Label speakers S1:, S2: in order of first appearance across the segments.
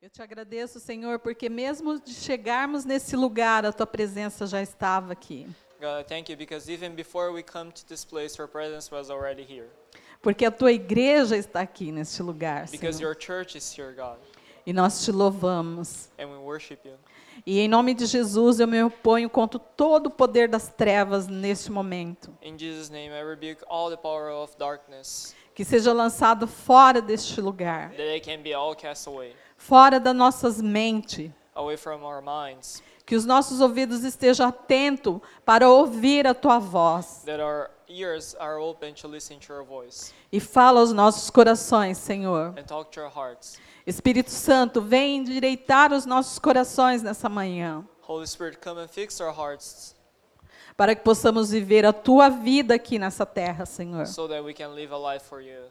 S1: Eu te agradeço, Senhor, porque mesmo de chegarmos nesse lugar, a tua presença já estava aqui.
S2: God, Uh, thank you because even before we come to this place, your presence was already here.
S1: Porque a tua igreja está aqui neste lugar,
S2: Because
S1: Senhor.
S2: your church is here, God,
S1: E nós te louvamos.
S2: and we worship you.
S1: E em nome de Jesus eu me oponho contra todo o poder das trevas neste momento.
S2: In Jesus' name, I rebuke all the power of darkness,
S1: Que seja lançado fora deste lugar,
S2: that they can be all cast away,
S1: fora das nossas mentes.
S2: away from our minds,
S1: Que os nossos ouvidos estejam atentos para ouvir a tua voz.
S2: that our ears are open to listen to your voice,
S1: E fala aos nossos corações, Senhor.
S2: and talk to our hearts.
S1: Espírito Santo, vem endireitar os nossos corações nessa manhã.
S2: Holy Spirit, come and fix our hearts
S1: Para que possamos viver a tua vida aqui nessa terra, Senhor.
S2: so that we can live a life for you.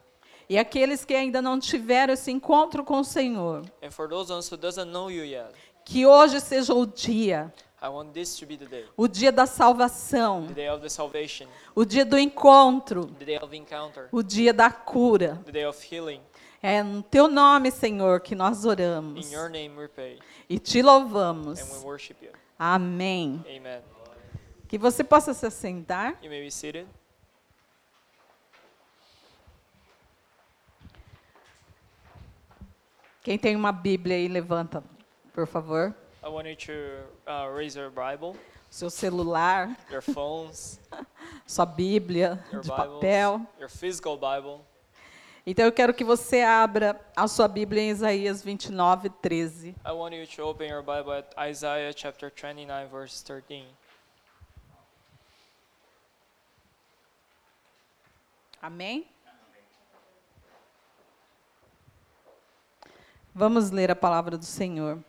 S1: E aqueles que ainda não tiveram esse encontro com o Senhor,
S2: And for those ones who doesn't know you yet,
S1: que hoje seja o dia,
S2: I want this to be the day,
S1: o dia da salvação,
S2: the day of the salvation,
S1: o dia do encontro,
S2: the day of encounter,
S1: o dia da cura.
S2: the day of healing.
S1: É no teu nome, Senhor, que nós oramos
S2: In your name we pray
S1: e te louvamos.
S2: and we worship you.
S1: Amém.
S2: Amen.
S1: Que você possa se assentar.
S2: You may be seated.
S1: Quem tem uma Bíblia aí, levanta, por favor.
S2: I want you to uh, raise your Bible,
S1: Seu celular,
S2: your phones,
S1: sua Bíblia
S2: your
S1: de
S2: Bibles,
S1: papel.
S2: your physical Bible.
S1: Então eu quero que você abra a sua Bíblia em Isaías 29, 13.
S2: I want you to open your Bible at Isaiah chapter 29, verse 13.
S1: Amém? Vamos ler a palavra do Senhor.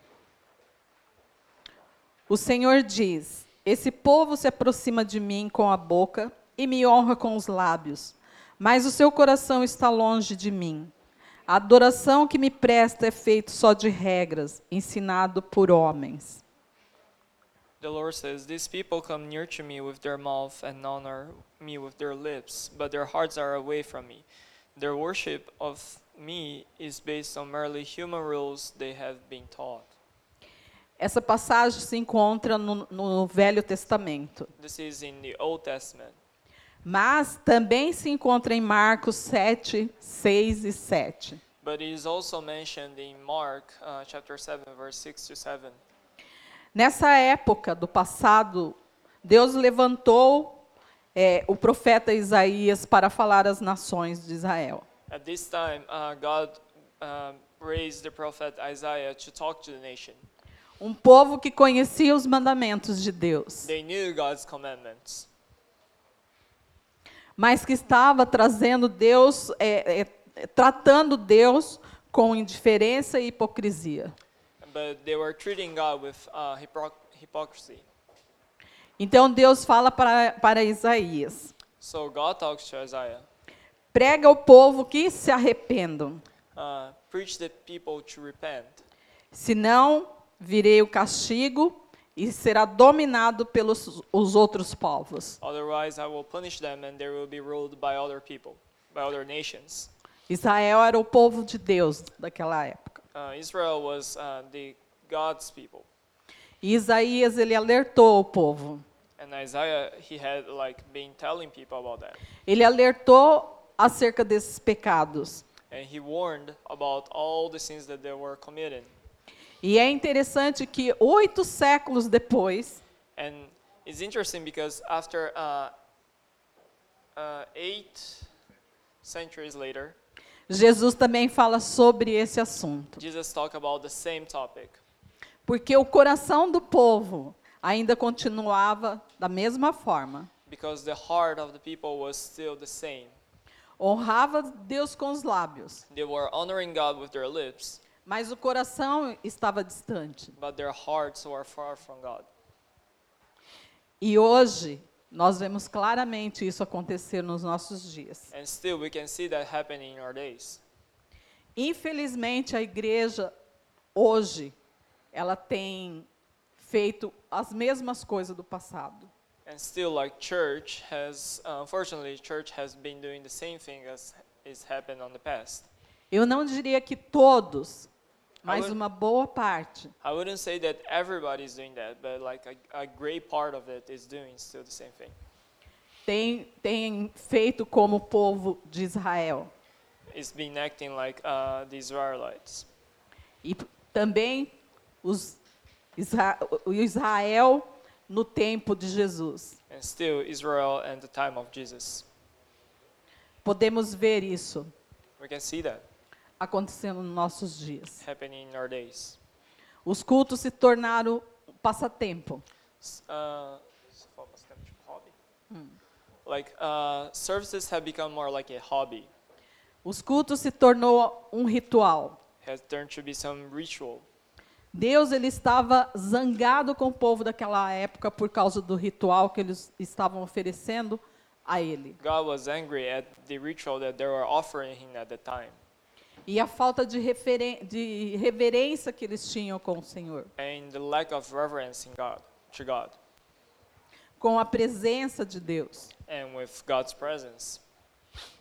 S1: O Senhor diz: Esse povo se aproxima de mim com a boca e me honra com os lábios, mas o seu coração está longe de mim. A adoração que me presta é feita só de regras, ensinado por homens.
S2: The Lord says, These people come near to me with their mouth and honor me with their lips, but their hearts are away from me. Their worship of me is based on merely human rules they have been taught.
S1: Essa passagem se encontra no, no Velho Testamento,
S2: This is in the Old Testament,
S1: mas também se encontra em Marcos 7, 6 e 7.
S2: but it is also mentioned in Mark uh, chapter 7, verse 6 to 7.
S1: Nessa época do passado, Deus levantou eh, o profeta Isaías para falar às nações de Israel.
S2: At this time, uh, God um raised the prophet Isaiah to talk to the nation.
S1: Um povo que conhecia os mandamentos de Deus,
S2: They knew God's commandments,
S1: mas que estava trazendo Deus, eh, eh, eh, tratando Deus com indiferença e hipocrisia.
S2: but they were treating God with uh, hypocr- hypocrisy.
S1: Então Deus fala para, para Isaías:
S2: So God talks to Isaiah,
S1: prega ao povo que se arrependam,
S2: uh, preach the people to repent,
S1: senão virei o castigo e será dominado pelos os outros povos.
S2: otherwise I will punish them and they will be ruled by other people, by other nations.
S1: Israel era o povo de Deus daquela época.
S2: Uh, Israel was uh, the God's people,
S1: E Isaías ele alertou o povo.
S2: and Isaiah he had like been telling people about that,
S1: Ele alertou acerca desses pecados.
S2: and he warned about all the sins that they were committing.
S1: E é interessante que oito séculos depois,
S2: And it's interesting because after uh, uh, eight centuries later,
S1: Jesus também fala sobre esse assunto.
S2: Jesus talked about the same topic.
S1: Porque o coração do povo ainda continuava da mesma forma.
S2: because the heart of the people was still the same.
S1: Honrava Deus com os lábios,
S2: They were honoring God with their lips,
S1: mas o coração estava distante.
S2: but their hearts were far from God.
S1: E hoje nós vemos claramente isso acontecer nos nossos dias.
S2: And still, we can see that happening in our days.
S1: Infelizmente, a igreja hoje ela tem feito as mesmas coisas do passado.
S2: And still, like church has, uh, unfortunately, church has been doing the same thing as is happened on the past.
S1: Eu não diria que todos, mas uma boa parte.
S2: I wouldn't say that everybody's doing that, but like a, a great part of it is doing still the same thing.
S1: Tem, tem feito como o povo de Israel.
S2: It's been acting like uh, the Israelites.
S1: E p- também os Isra- o Israel no tempo de Jesus.
S2: And still Israel and the time of Jesus.
S1: Podemos ver isso
S2: We can see that
S1: acontecendo nos nossos dias.
S2: happening in our days.
S1: Os cultos se tornaram um passatempo.
S2: S- Uh, hobby? Like uh, services have become more like a hobby,
S1: Os cultos se tornou um ritual.
S2: has turned to be some ritual.
S1: Deus ele estava zangado com o povo daquela época por causa do ritual que eles estavam oferecendo a ele.
S2: God was angry at the ritual that they were offering him at the time
S1: E a falta de, referen- de reverência que eles tinham com o Senhor,
S2: and the lack of reverence in God to God
S1: com a presença de Deus.
S2: and with God's presence.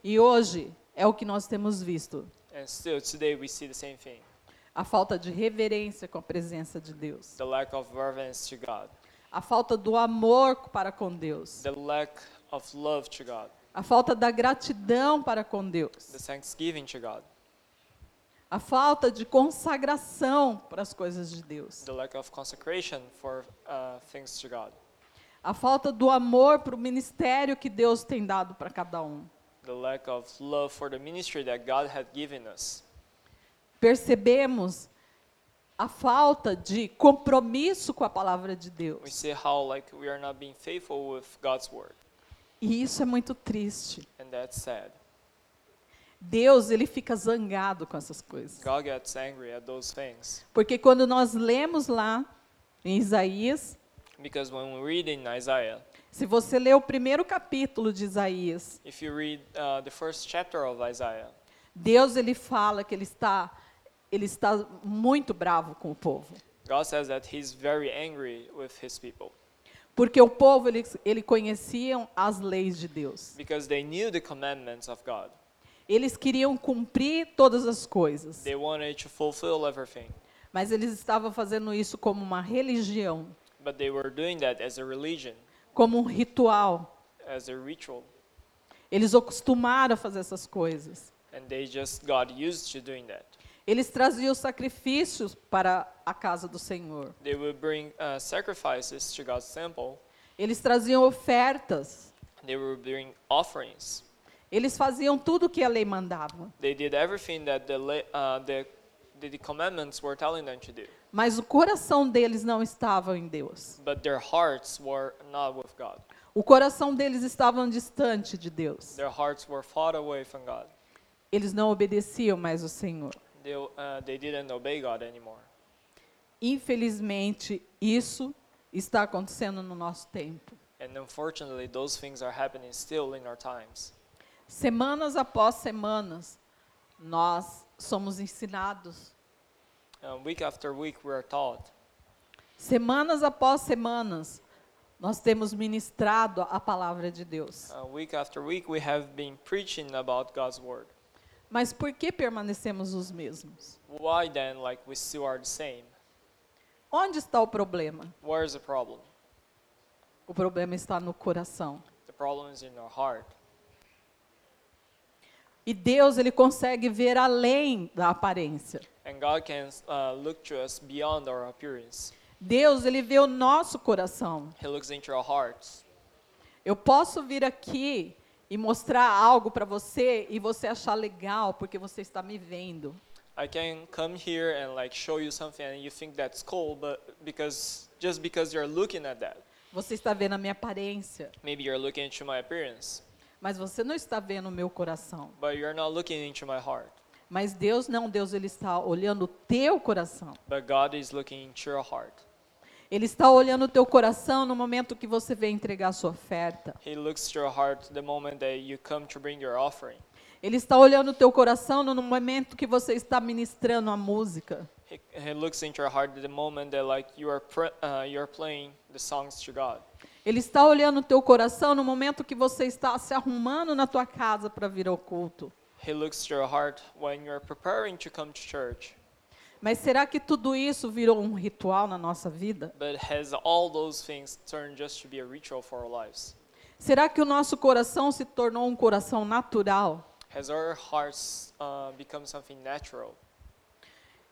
S1: E hoje é o que nós temos visto,
S2: And still today we see the same thing,
S1: a falta de reverência com a presença de Deus,
S2: the lack of reverence to God,
S1: a falta do amor para com Deus,
S2: the lack of love to God,
S1: a falta da gratidão para com
S2: the
S1: Deus,
S2: thanksgiving to God,
S1: a falta de consagração para as coisas de Deus.
S2: the lack of consecration for uh, things to God,
S1: a falta do amor para o ministério que Deus tem dado para cada um.
S2: the lack of love for the ministry that God had given us.
S1: Percebemos a falta de compromisso com a palavra de
S2: We
S1: Deus.
S2: see how like we are not being faithful with God's word,
S1: E isso é muito triste.
S2: and that's sad.
S1: Deus, ele fica zangado com essas coisas.
S2: God gets angry at those things.
S1: Porque quando nós lemos lá em Isaías,
S2: Because when we read in Isaiah,
S1: se você ler o primeiro capítulo de Isaías,
S2: if you read uh, the first chapter of Isaiah,
S1: Deus ele fala que ele está ele está muito bravo com o povo.
S2: God says that He's very angry with His people
S1: Porque o povo ele, ele conheciam as leis de Deus.
S2: because they knew the commandments of God.
S1: Eles queriam cumprir todas as coisas,
S2: They wanted to fulfill everything,
S1: mas eles estavam fazendo isso como uma religião,
S2: but they were doing that as a religion,
S1: como um ritual.
S2: as a ritual,
S1: Eles acostumaram a fazer essas coisas.
S2: and they just got used to doing that.
S1: Eles traziam sacrifícios para a casa do Senhor.
S2: They would bring uh, sacrifices to God's temple.
S1: Eles traziam ofertas.
S2: They would bring offerings.
S1: Eles faziam tudo o que a lei mandava.
S2: They did everything that the, le- uh, the, the the commandments were telling them to do,
S1: Mas o coração deles não estava em Deus.
S2: but their hearts were not with God.
S1: O coração deles estava distante de Deus.
S2: Their hearts were far away from God.
S1: Eles não obedeciam mais o Senhor.
S2: They, uh, they didn't obey God anymore.
S1: Infelizmente, isso está acontecendo no nosso tempo.
S2: And unfortunately, those things are happening still in our times.
S1: Semanas após semanas, nós somos ensinados.
S2: Uh, week after week, we are taught.
S1: Semanas após semanas, nós temos ministrado a palavra de Deus.
S2: Uh, week after week, we have been preaching about God's word.
S1: Mas por que permanecemos os mesmos?
S2: Why then, like, we still are the same?
S1: Onde está o problema?
S2: Where is the problem?
S1: O problema está no coração.
S2: The problem is in our heart.
S1: E Deus, ele consegue ver além da aparência.
S2: And God can uh, look to us beyond our appearance.
S1: Deus, ele vê o nosso coração.
S2: He looks into our hearts.
S1: Eu posso vir aqui e mostrar algo para você e você achar legal porque você está me vendo.
S2: I can come here and like show you something, and you think that's cool, but because just because you're looking at that,
S1: Você está vendo a minha aparência,
S2: Maybe you're looking into my appearance,
S1: mas você não está vendo o meu coração.
S2: but you're not looking into my heart.
S1: Mas Deus não, Deus ele está olhando o teu coração.
S2: But God is looking into your heart.
S1: Ele está olhando o teu coração no momento que você vem entregar a sua oferta.
S2: He looks to your heart the moment that you come to bring your offering.
S1: Ele está olhando o teu coração no momento que você está ministrando a música.
S2: He, he looks into your heart the moment that like you are pre- uh, you're playing the songs to God.
S1: Ele está olhando o teu coração no momento que você está se arrumando na tua casa para vir ao culto.
S2: He looks to your heart when you're preparing to come to church.
S1: Mas será que tudo isso virou um ritual na nossa vida?
S2: But has all those things turned just to be a ritual for our lives?
S1: Será que o nosso coração se tornou um coração natural?
S2: Has our hearts uh, become something natural?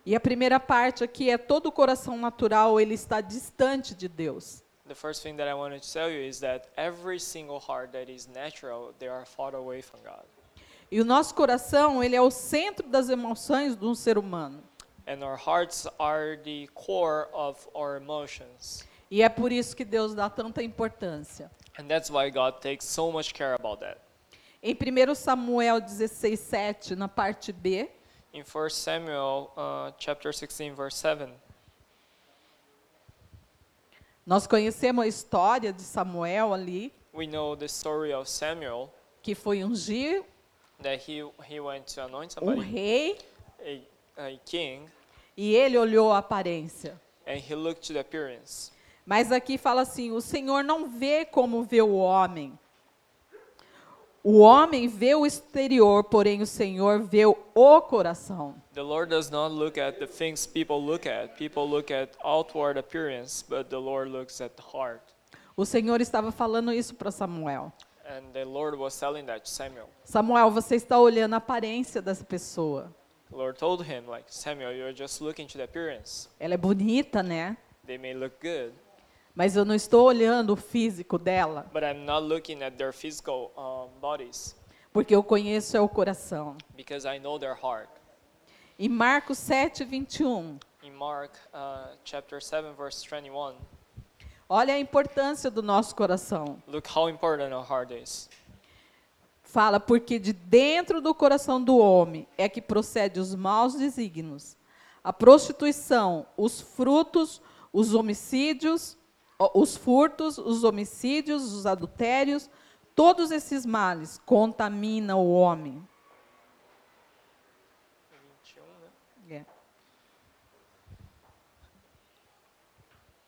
S1: E a primeira parte aqui é todo o coração natural, ele está distante de Deus.
S2: The first thing that I wanted to tell you is that every single heart that is natural, they are far away from God.
S1: E o nosso coração, ele é o centro das emoções de um ser humano.
S2: And our hearts are the core of our emotions.
S1: E é por isso que Deus dá tanta importância.
S2: And that's why God takes so much care about that.
S1: Em 1 Samuel 16, 7, na parte B,
S2: In 1 Samuel uh, chapter 16 verse 7,
S1: nós conhecemos a história de Samuel ali,
S2: we know the story of Samuel
S1: que foi ungir
S2: that he he went to anoint
S1: um
S2: somebody,
S1: rei
S2: a, a king,
S1: e ele olhou a aparência.
S2: and he looked to the appearance.
S1: Mas aqui fala assim: o Senhor não vê como vê o homem. O homem vê o exterior, porém o Senhor vê o coração.
S2: The Lord does not look at the things people look at. People look at outward appearance, but the Lord looks at the heart.
S1: O Senhor estava falando isso para Samuel.
S2: And the Lord was telling that to Samuel.
S1: Samuel, você está olhando a aparência dessa pessoa.
S2: The Lord told him, like, Samuel, you're just looking to the appearance.
S1: Ela é bonita, né?
S2: They may look good,
S1: Mas eu não estou olhando o físico dela,
S2: but I'm not looking at their physical um, bodies
S1: porque eu conheço é o coração.
S2: because I know their heart.
S1: Em Marcos 7, 21,
S2: In Mark uh, chapter 7, verse 21,
S1: olha a importância do nosso coração.
S2: look how important our heart is.
S1: Fala, porque de dentro do coração do homem é que procede os maus desígnios, a prostituição, os frutos, os homicídios, ó, os furtos, os homicídios, os adultérios, todos esses males contaminam o homem. É.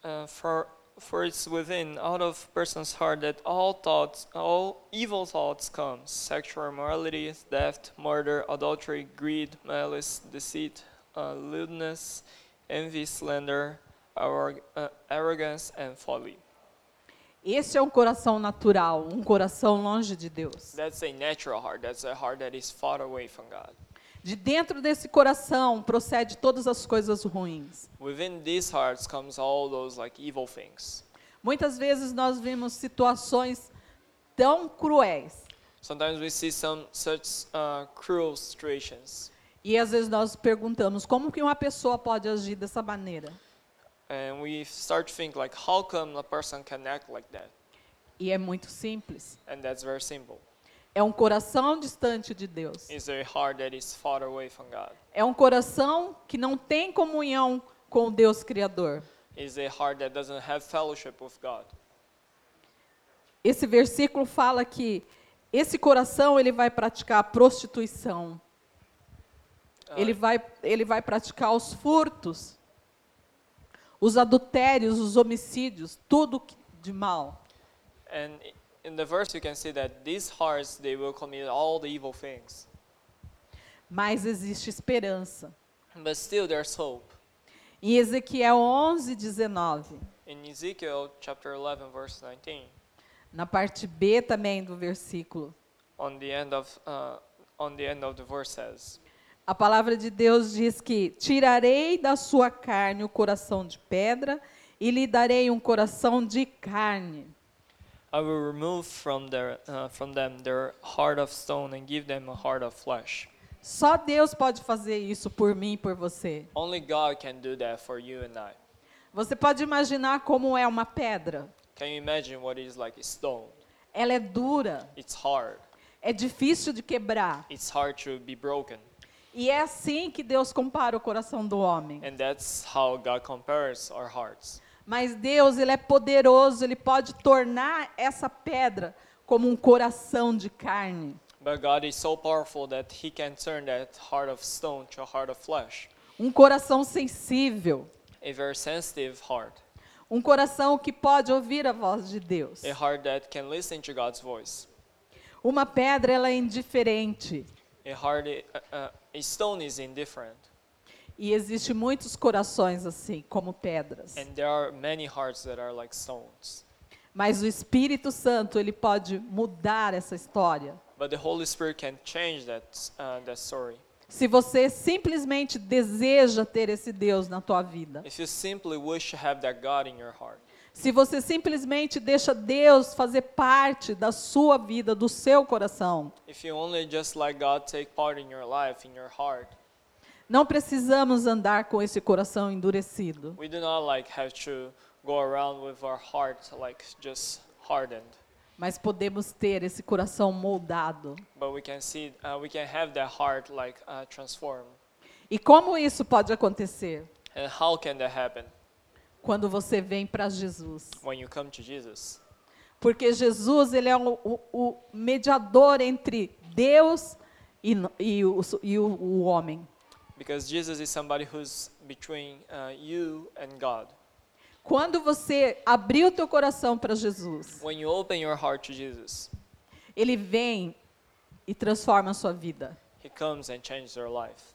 S2: Uh, for for it's within out of person's heart that all thoughts all evil thoughts come sexual immorality theft murder adultery greed malice deceit uh, lewdness envy slander arrog- uh, arrogance and folly
S1: Esse é um coração natural, um coração longe de Deus.
S2: that's a natural heart that's a heart that is far away from god
S1: De dentro desse coração procede todas as coisas ruins.
S2: within these hearts comes all those like evil things
S1: Muitas vezes nós vimos situações tão cruéis
S2: sometimes we see some such uh, cruel situations
S1: e às vezes nós perguntamos como que uma pessoa pode agir dessa maneira.
S2: And we start to think like, how come a person can act like that?
S1: E é muito simples.
S2: And that's very simple.
S1: É um coração distante de Deus.
S2: It's a heart that is far away from God.
S1: É um coração que não tem comunhão com o Deus Criador.
S2: It's a heart that doesn't have fellowship with God.
S1: Esse versículo fala que esse coração ele vai praticar a prostituição,
S2: Ah.
S1: ele, vai, ele vai praticar os furtos, os adultérios, os homicídios, tudo que- de mal.
S2: And i- in the verse, you can see that these hearts they will commit all the evil things.
S1: Mas existe esperança.
S2: But still, there's hope.
S1: Em Ezequiel 11, 19,
S2: In Ezekiel chapter 11, verse 19,
S1: na parte B também do versículo,
S2: on the end of uh, on the end of the verse says,
S1: A palavra de Deus diz que tirarei da sua carne o coração de pedra e lhe darei um coração de carne.
S2: "I will remove from their uh, from them their heart of stone and give them a heart of flesh."
S1: Só Deus pode fazer isso por mim e por você.
S2: Only God can do that for you and I.
S1: Você pode imaginar como é uma pedra.
S2: Can you imagine what is like a stone?
S1: Ela é dura,
S2: It's hard.
S1: é difícil de quebrar.
S2: It's hard to be broken.
S1: E é assim que Deus compara o coração do homem.
S2: And that's how God compares our hearts.
S1: Mas Deus, ele é poderoso, ele pode tornar essa pedra como um coração de carne,
S2: But God is so powerful that He can turn that heart of stone to a heart of flesh,
S1: um coração sensível,
S2: a very sensitive heart,
S1: um coração que pode ouvir a voz de Deus.
S2: a heart that can listen to God's voice.
S1: Uma pedra ela é indiferente.
S2: uh, A heart, i- a, a, a stone is indifferent.
S1: E existe muitos corações assim, como pedras.
S2: And there are many hearts that are like stones.
S1: Mas o Espírito Santo, ele pode mudar essa história.
S2: But the Holy Spirit can change that, uh, that story.
S1: Se você simplesmente deseja ter esse Deus na tua vida.
S2: If you simply wish to have that God in your heart,
S1: Se você simplesmente deixa Deus fazer parte da sua vida, do seu coração.
S2: if you only just let God take part in your life, in your heart,
S1: Não precisamos andar com esse coração endurecido.
S2: we do not like have to go around with our heart like just hardened.
S1: mas podemos ter esse coração moldado.
S2: But we can see, uh, we can have that heart like uh, transformed.
S1: E como isso pode acontecer?
S2: And how can that happen
S1: Quando você vem para Jesus.
S2: when you come to Jesus?
S1: Porque Jesus ele é o, o- o mediador entre Deus e, no- e o, e o- o homem.
S2: Because Jesus is somebody who's between uh, you and God.
S1: Quando você abrir o teu coração para Jesus,
S2: When you open your heart to Jesus,
S1: ele vem e transforma a sua vida.
S2: He comes and changes your life.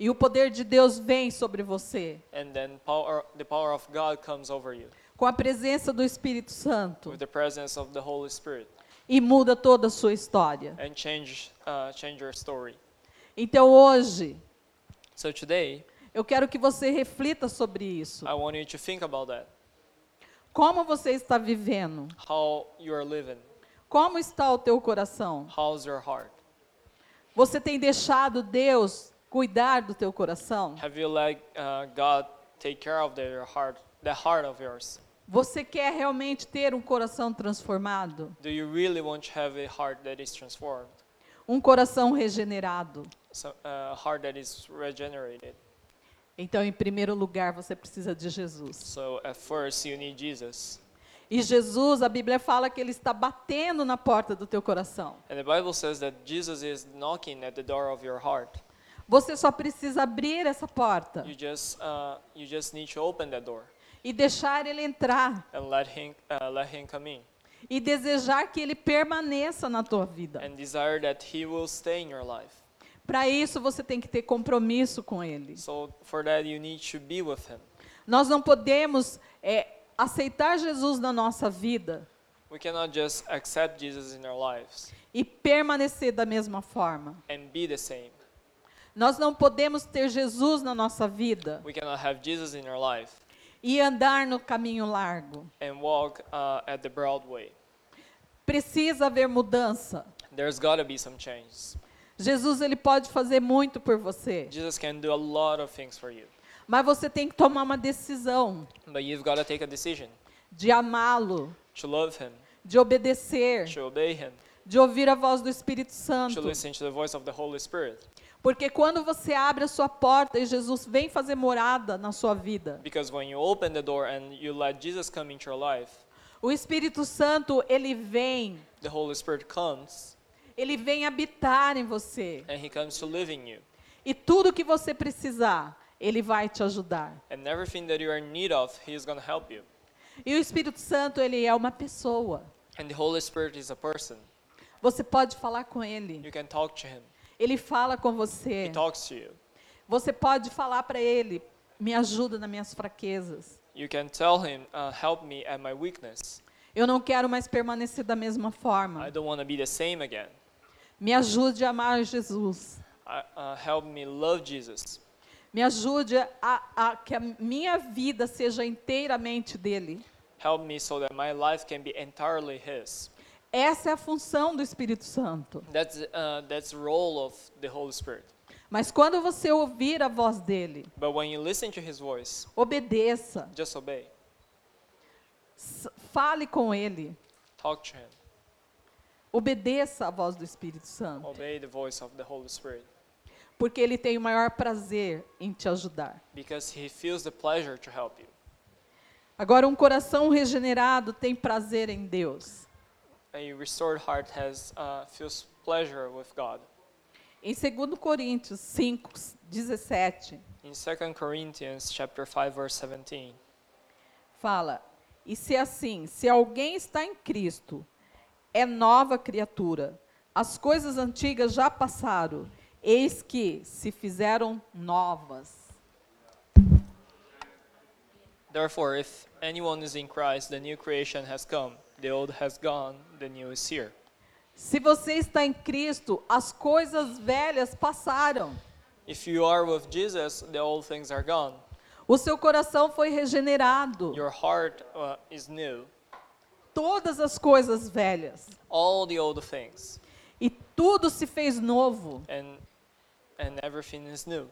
S1: E o poder de Deus vem sobre você,
S2: And then power, the power of God comes over you
S1: com a presença do Espírito Santo,
S2: with the presence of the Holy Spirit
S1: e muda toda a sua história.
S2: and change, uh, change your story.
S1: Então hoje,
S2: So today,
S1: Eu quero que você reflita sobre isso.
S2: I want you to think about that,
S1: Como você está vivendo?
S2: how you are living,
S1: Como está o teu coração?
S2: how's your heart?
S1: Você tem deixado Deus cuidar do teu coração?
S2: Have you let uh, God take care of the, your heart, the heart of yours?
S1: Você quer realmente ter um coração transformado?
S2: Do you really want to have a heart that is transformed,
S1: Um coração regenerado?
S2: so, uh, a heart that is regenerated?
S1: Então, em primeiro lugar, você precisa de Jesus.
S2: So at first, you need Jesus,
S1: E Jesus, a Bíblia fala que ele está batendo na porta do teu coração.
S2: and the Bible says that Jesus is knocking at the door of your heart.
S1: Você só precisa abrir essa porta
S2: You just, uh, you just need to open that door
S1: e deixar ele entrar
S2: and let him, uh, let him come in,
S1: e desejar que ele permaneça na tua vida.
S2: and desire that he will stay in your life.
S1: Para isso você tem que ter compromisso com ele.
S2: So for that, you need to be with him.
S1: Nós não podemos é, aceitar Jesus na nossa vida
S2: We cannot just accept Jesus in our lives
S1: e permanecer da mesma forma.
S2: and be the same.
S1: Nós não podemos ter Jesus na nossa vida
S2: We cannot have Jesus in our life
S1: e andar no caminho largo.
S2: and walk uh, at the broad way.
S1: Precisa haver mudança.
S2: There's got to be some changes.
S1: Jesus ele pode fazer muito por você,
S2: Jesus can do a lot of things for you,
S1: mas você tem que tomar uma decisão
S2: but you've got to take a decision
S1: de amá-lo,
S2: to love Him,
S1: de obedecer,
S2: to obey Him,
S1: de ouvir a voz do Espírito
S2: to
S1: Santo.
S2: listen to the voice of the Holy Spirit.
S1: Porque quando você abre a sua porta e Jesus vem fazer morada na sua vida,
S2: Because when you open the door and you let Jesus come into your life,
S1: o Espírito Santo, ele vem,
S2: the Holy Spirit comes
S1: ele vem habitar em você.
S2: and He comes to live in you.
S1: E tudo que você precisar, ele vai te ajudar.
S2: And everything that you are in need of, He is going to help you.
S1: E o Espírito Santo, ele é uma pessoa.
S2: And the Holy Spirit is a person.
S1: Você pode falar com ele.
S2: You can talk to Him,
S1: Ele fala com
S2: He
S1: você.
S2: talks to you.
S1: Você pode falar para ele: "Me ajuda nas minhas fraquezas.
S2: You can tell Him, uh, Help me at my weakness.
S1: Eu não quero mais permanecer da mesma
S2: I
S1: forma.
S2: don't want to be the same again.
S1: Me ajude a amar Jesus."
S2: I, uh, help me love Jesus.
S1: Me ajude a, a que a minha vida seja inteiramente dele.
S2: Help me so that my life can be entirely His.
S1: Essa é a função do Espírito Santo.
S2: That's uh, that's the role of the Holy Spirit.
S1: Mas quando você ouvir a voz dele,
S2: But when you listen to His voice,
S1: obedeça,
S2: just obey.
S1: s- fale com ele,
S2: Talk to Him.
S1: obedeça a voz do Espírito Santo,
S2: Obey the voice of the Holy Spirit
S1: porque ele tem o maior prazer em te ajudar.
S2: because He feels the pleasure to help you.
S1: Agora, um coração regenerado tem prazer em Deus.
S2: A restored heart has uh, feels pleasure with God.
S1: Em 2 Coríntios 5, 17,
S2: In 2 Corinthians chapter 5 verse 17,
S1: fala: E se assim, se alguém está em Cristo, é nova criatura. As coisas antigas já passaram, eis que se fizeram novas.
S2: Therefore, if anyone is in Christ, the new creation has come. The old has gone, the new is here.
S1: Se você está em Cristo, as coisas velhas passaram.
S2: If you are with Jesus, the old things are gone.
S1: O seu coração foi regenerado.
S2: Your heart uh, is new.
S1: Todas as coisas velhas.
S2: All the old things
S1: E tudo se fez novo.
S2: and and everything is new.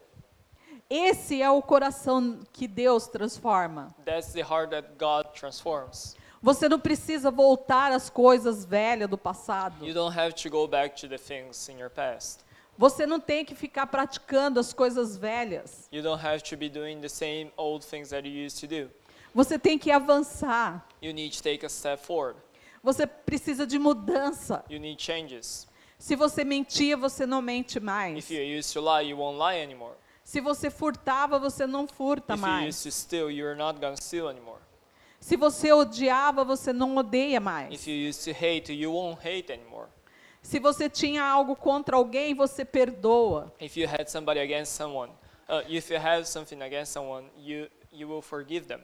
S1: Esse é o coração que Deus transforma.
S2: That's the heart that God transforms.
S1: Você não precisa voltar às coisas velhas do passado.
S2: You don't have to go back to the things in your past.
S1: Você não tem que ficar praticando as coisas velhas.
S2: You don't have to be doing the same old things that you used to do.
S1: Você tem que avançar.
S2: You need to take a step forward.
S1: Você precisa de mudança.
S2: You need changes.
S1: Se você mentia, você não mente mais.
S2: If you used to lie, you won't lie anymore.
S1: Se você furtava, você não furta
S2: If you used
S1: mais.
S2: to steal, you're not going to steal anymore.
S1: Se você odiava, você não odeia mais.
S2: If you used to hate, you won't hate anymore.
S1: Se você tinha algo contra alguém, você perdoa.
S2: If you had somebody against someone, uh, if you have something against someone, you you will forgive them.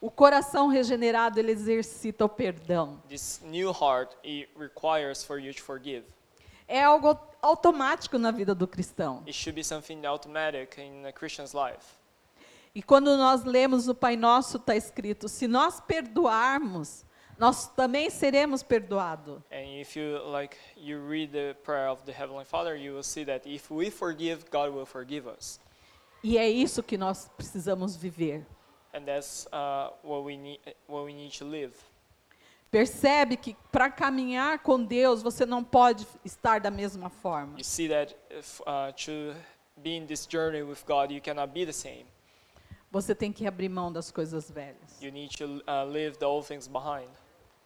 S1: O coração regenerado ele exercita o perdão.
S2: This new heart it requires for you to forgive.
S1: É algo automático na vida do cristão.
S2: It should be something automatic in a Christian's life.
S1: E quando nós lemos o Pai Nosso, está escrito: se nós perdoarmos, nós também seremos perdoados.
S2: And if you like you read the prayer of the heavenly Father, you will see that if we forgive, God will forgive us.
S1: E é isso que nós precisamos viver.
S2: And that's uh, what we need what we need to live.
S1: Percebe que para caminhar com Deus, você não pode estar da mesma forma.
S2: You see that if, uh, to be in this journey with God, you cannot be the same.
S1: Você tem que abrir mão das coisas velhas
S2: You need to uh, leave the old things behind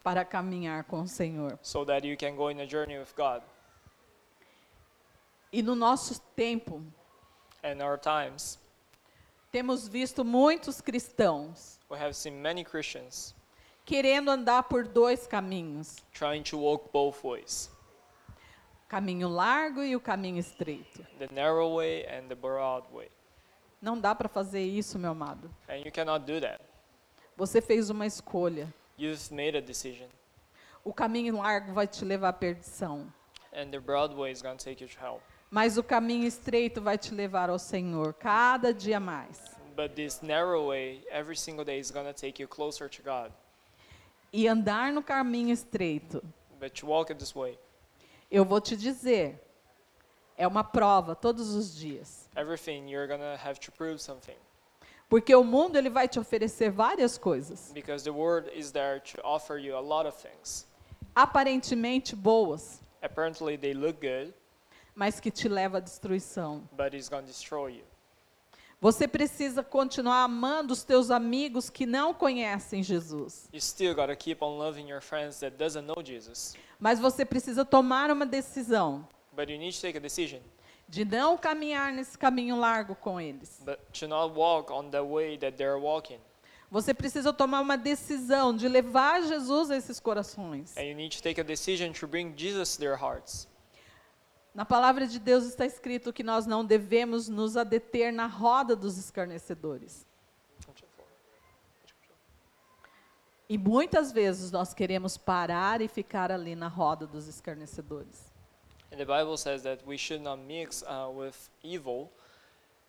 S1: para caminhar com o Senhor.
S2: so that you can go in a journey with God.
S1: E no nosso tempo,
S2: And our times,
S1: temos visto muitos cristãos
S2: we have seen many Christians
S1: querendo andar por dois caminhos,
S2: trying to walk both ways,
S1: caminho largo e o caminho estreito.
S2: the narrow way and the broad way.
S1: Não dá para fazer isso, meu amado.
S2: And you cannot do that.
S1: Você fez uma escolha.
S2: You've made a decision,
S1: O caminho largo vai te levar à perdição,
S2: and the broad way is going to take you to hell.
S1: mas o caminho estreito vai te levar ao Senhor cada dia mais.
S2: But this narrow way, every single day, is going to take you closer to God.
S1: E andar no caminho estreito,
S2: But to walk it this way,
S1: eu vou te dizer, é uma prova todos os dias.
S2: everything you're going to have to prove something.
S1: Porque o mundo ele vai te oferecer várias coisas,
S2: Because the word is there to offer you a lot of things.
S1: aparentemente boas,
S2: Apparently, they look good,
S1: mas que te leva à destruição.
S2: but it's going to destroy you.
S1: Você precisa continuar amando os teus amigos que não conhecem Jesus,
S2: You still got to keep on loving your friends that doesn't know Jesus.
S1: mas você precisa tomar uma decisão
S2: But you need to take a decision
S1: de não caminhar nesse caminho largo com eles.
S2: but to not walk on the way that they're walking.
S1: Você precisa tomar uma decisão de levar Jesus a esses corações.
S2: And you need to take a decision to bring Jesus to their hearts.
S1: Na palavra de Deus está escrito que nós não devemos nos adeter na roda dos escarnecedores. E muitas vezes nós queremos parar e ficar ali na roda dos escarnecedores.
S2: And the Bible says that we should not mix uh, with evil.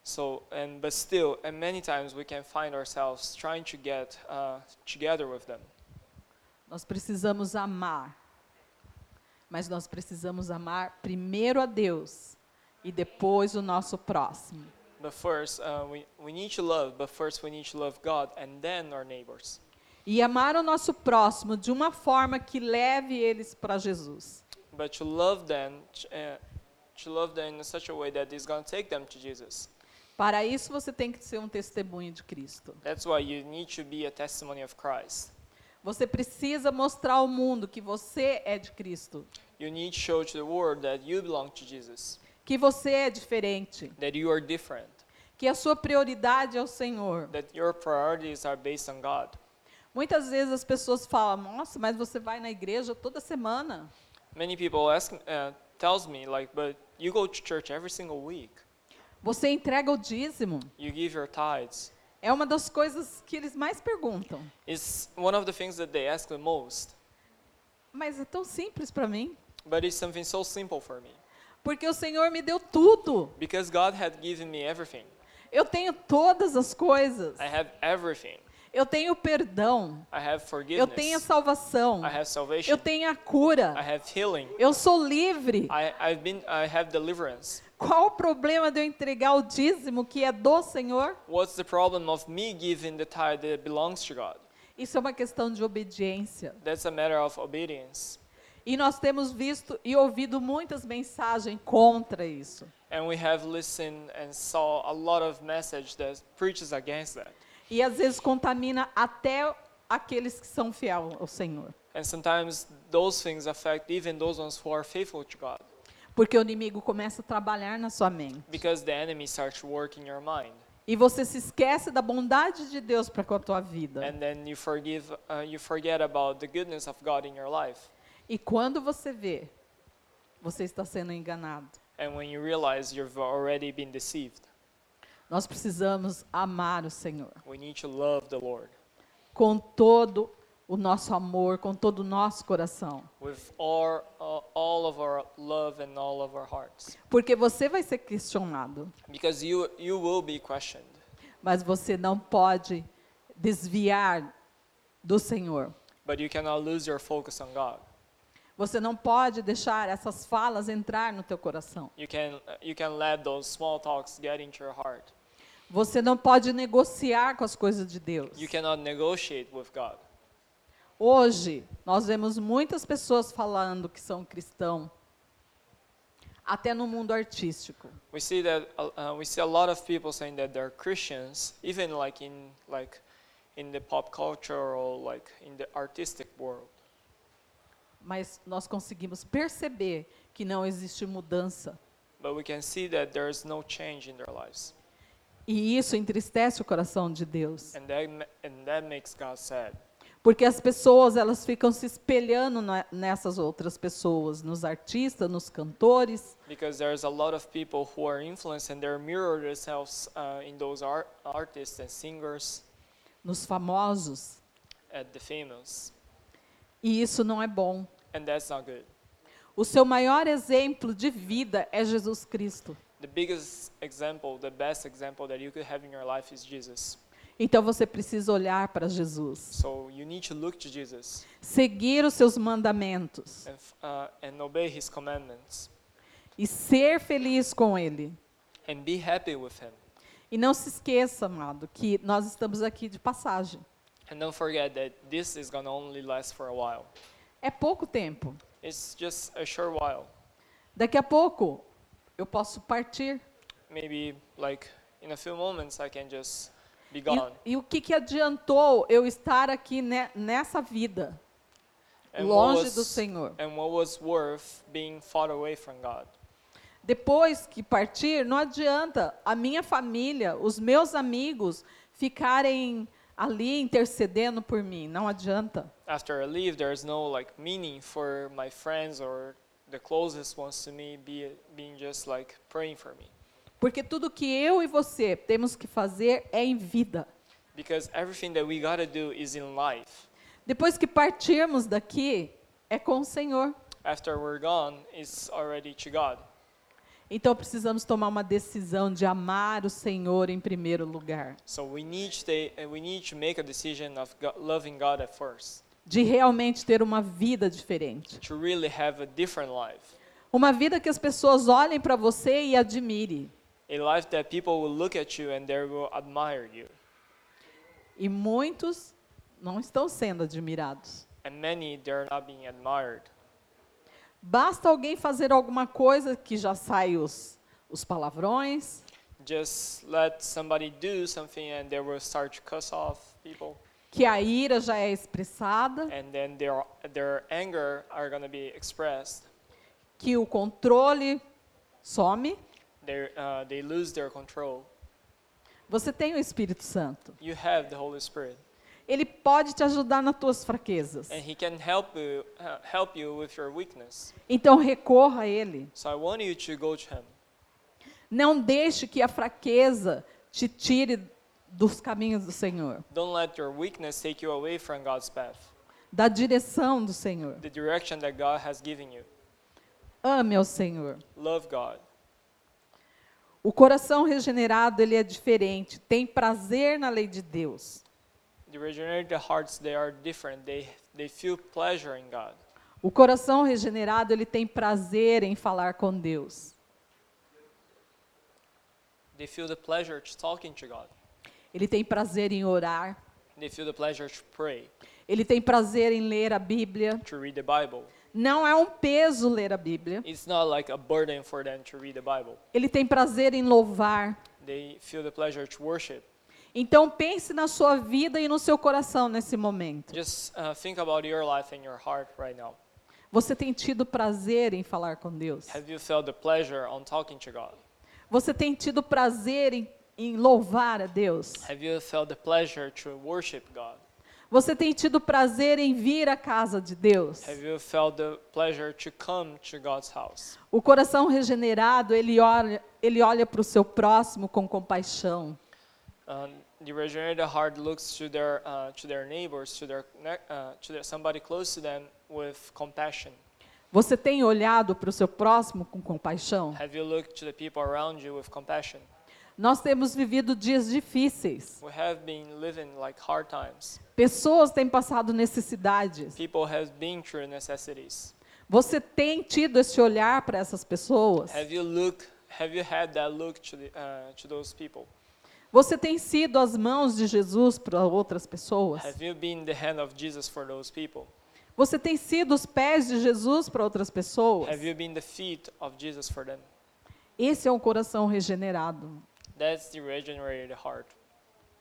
S2: So, and but still, and many times we can find ourselves trying to get uh, together with them.
S1: Nós precisamos amar. Mas nós precisamos amar primeiro a Deus e depois o nosso próximo.
S2: But first, uh, we, we need to love, but first we need to love God and then our neighbors.
S1: E amar o nosso próximo de uma forma que leve eles para Jesus.
S2: But to love them, uh, to love them in such a way that is going to take them to Jesus.
S1: Para isso você tem que ser um testemunho de Cristo.
S2: That's why you need to be a testimony of Christ.
S1: Você precisa mostrar ao mundo que você é de Cristo,
S2: You need to show to the world that you belong to Jesus,
S1: que você é diferente,
S2: that you are different,
S1: que a sua prioridade é o Senhor.
S2: that your priorities are based on God.
S1: Muitas vezes as pessoas falam: "Nossa, mas você vai na igreja toda semana?"
S2: Many people ask, uh, tells me like, but you go to church every single week.
S1: Você entrega o dízimo.
S2: You give your tithes.
S1: É uma das coisas que eles mais perguntam.
S2: It's one of the things that they ask the most,
S1: Mas é tão simples para mim,
S2: but it's something so simple for me
S1: porque o Senhor me deu tudo.
S2: because God had given me everything.
S1: Eu tenho todas as coisas.
S2: I have everything.
S1: Eu tenho perdão.
S2: I have
S1: Eu tenho a
S2: forgiveness.
S1: salvação.
S2: I have salvation.
S1: Eu tenho a
S2: I
S1: cura.
S2: have healing.
S1: Eu sou livre.
S2: I, I've been, I have deliverance.
S1: Qual o problema de eu entregar o dízimo que é do Senhor?
S2: What's the problem of me giving the tithe that belongs to God?
S1: Isso é uma questão de obediência.
S2: That's a matter of obedience.
S1: E nós temos visto e ouvido muitas mensagens contra isso.
S2: And we have listened and saw a lot of message that preaches against that.
S1: E às vezes contamina até aqueles que são fiel ao Senhor.
S2: And sometimes those things affect even those ones who are faithful to God
S1: Porque o inimigo começa a trabalhar na sua mente.
S2: because the enemy starts working your mind.
S1: E você se esquece da bondade de Deus para com a tua vida.
S2: And then you forgive uh, you forget about the goodness of God in your life.
S1: E quando você vê, você está sendo enganado.
S2: And when you realize you've already been deceived,
S1: Nós precisamos amar o Senhor
S2: we need to love the Lord
S1: com todo o nosso amor, com todo o nosso coração.
S2: with all, uh, all of our love and all of our hearts.
S1: Porque você vai ser questionado,
S2: Because you you will be questioned,
S1: mas você não pode desviar do Senhor.
S2: but you cannot lose your focus on God.
S1: Você não pode deixar essas falas entrar no teu coração.
S2: You can you can let those small talks get into your heart.
S1: Você não pode negociar com as coisas de Deus.
S2: You cannot negotiate with God.
S1: Hoje, nós vemos muitas pessoas falando que são cristão, até no mundo artístico.
S2: We see that uh, uh, we see a lot of people saying that they're Christians, even like in like in the pop culture or like in the artistic world.
S1: Mas nós conseguimos perceber que não existe mudança.
S2: But we can see that there is no change in their lives,
S1: E isso entristece o coração de Deus.
S2: and that ma- and that makes God sad
S1: Porque as pessoas elas ficam se espelhando na- nessas outras pessoas, nos artistas, nos cantores,
S2: because there's a lot of people who are influenced and they mirror themselves uh, in those art, artists and singers
S1: nos famosos.
S2: at the famous,
S1: E isso não é bom.
S2: and that's not good.
S1: O seu maior exemplo de vida é Jesus Cristo.
S2: The biggest example, the best example that you could have in your life is Jesus.
S1: Então você precisa olhar para Jesus.
S2: So you need to look to Jesus.
S1: seguir os seus mandamentos
S2: and, f- uh, and obey his commandments
S1: e ser feliz com ele.
S2: and be happy with him.
S1: E não se esqueça, amado, que nós estamos aqui de passagem.
S2: And don't forget that this is going to only last for a while.
S1: É pouco tempo.
S2: It's just a short while.
S1: Daqui a pouco eu posso partir.
S2: Maybe like in a few moments I can just be gone.
S1: E, e o que, que adiantou eu estar aqui ne- nessa vida,
S2: And what,
S1: longe do
S2: was,
S1: Senhor?
S2: and what was worth being far away from God?
S1: Depois que partir, não adianta a minha família, os meus amigos ficarem ali intercedendo por mim. Não adianta.
S2: After I leave, there's no like meaning for my friends or the closest ones to me be, being just like praying for me.
S1: Porque tudo que eu e você temos que fazer é em vida.
S2: Because everything that we got to do is in life.
S1: Depois que partirmos daqui, é com o Senhor.
S2: After we're gone, it's already to God.
S1: Então precisamos tomar uma decisão de amar o Senhor em primeiro lugar,
S2: So we need to ta- uh, we need to make a decision of go- loving God at first
S1: de realmente ter uma vida diferente,
S2: to really have a different life,
S1: uma vida que as pessoas olhem para você e admire.
S2: a life that people will look at you and they will admire you.
S1: E muitos não estão sendo admirados.
S2: And many they're not being admired.
S1: Basta alguém fazer alguma coisa que já sai os, os palavrões,
S2: Just let somebody do something and they will start to cuss off people,
S1: que a ira já é expressada.
S2: and then their their anger are gonna be expressed.
S1: que o controle some,
S2: They uh, they lose their control.
S1: você tem o Espírito Santo.
S2: You have the Holy Spirit,
S1: Ele pode te ajudar nas tuas fraquezas.
S2: and He can help you uh, help you with your weakness.
S1: Então recorra a ele.
S2: So I want you to go to Him.
S1: Não deixe que a fraqueza te tire dos caminhos do Senhor,
S2: Don't let your weakness take you away from God's path,
S1: da direção do Senhor.
S2: the direction that God has given you.
S1: Ame ao Senhor.
S2: Love God.
S1: O coração regenerado, ele é diferente, tem prazer na lei de Deus.
S2: The regenerated hearts, they are different. They, they feel pleasure in God.
S1: O coração regenerado, ele tem prazer em falar com Deus.
S2: They feel the pleasure to talking to God.
S1: Ele tem prazer em orar.
S2: They feel the pleasure to pray,
S1: Ele tem prazer em ler a Bíblia.
S2: to read the Bible.
S1: Não é um peso ler a Bíblia.
S2: It's not like a burden for them to read the Bible.
S1: Ele tem prazer em louvar.
S2: They feel the pleasure to worship.
S1: Então pense na sua vida e no seu coração nesse momento.
S2: Just uh, think about your life and your heart right now.
S1: Você tem tido prazer em falar com Deus?
S2: Have you felt the pleasure on talking to God?
S1: Você tem tido prazer em, em louvar a Deus?
S2: Have you felt the pleasure to worship God?
S1: Você tem tido prazer em vir à casa de Deus?
S2: Have you felt the pleasure to come to God's house?
S1: O coração regenerado, ele olha, ele olha para o seu próximo com compaixão.
S2: Um, the regenerated heart looks to their uh, to their neighbors, to their ne- uh, to their, somebody close to them with compassion.
S1: Você tem olhado para o seu próximo com compaixão?
S2: Have you looked to the people around you with compassion?
S1: Nós temos vivido dias difíceis.
S2: We have been living like hard times.
S1: Pessoas têm passado necessidades.
S2: People have been through necessities.
S1: Você tem tido esse olhar para essas pessoas?
S2: Have you look? Have you had that look to the, uh, to those people?
S1: Você tem sido as mãos de Jesus para outras pessoas?
S2: Have you been the hand of Jesus for those people?
S1: Você tem sido os pés de Jesus para outras pessoas?
S2: Have you been the feet of Jesus for them?
S1: Esse é um coração regenerado.
S2: That's the regenerated heart.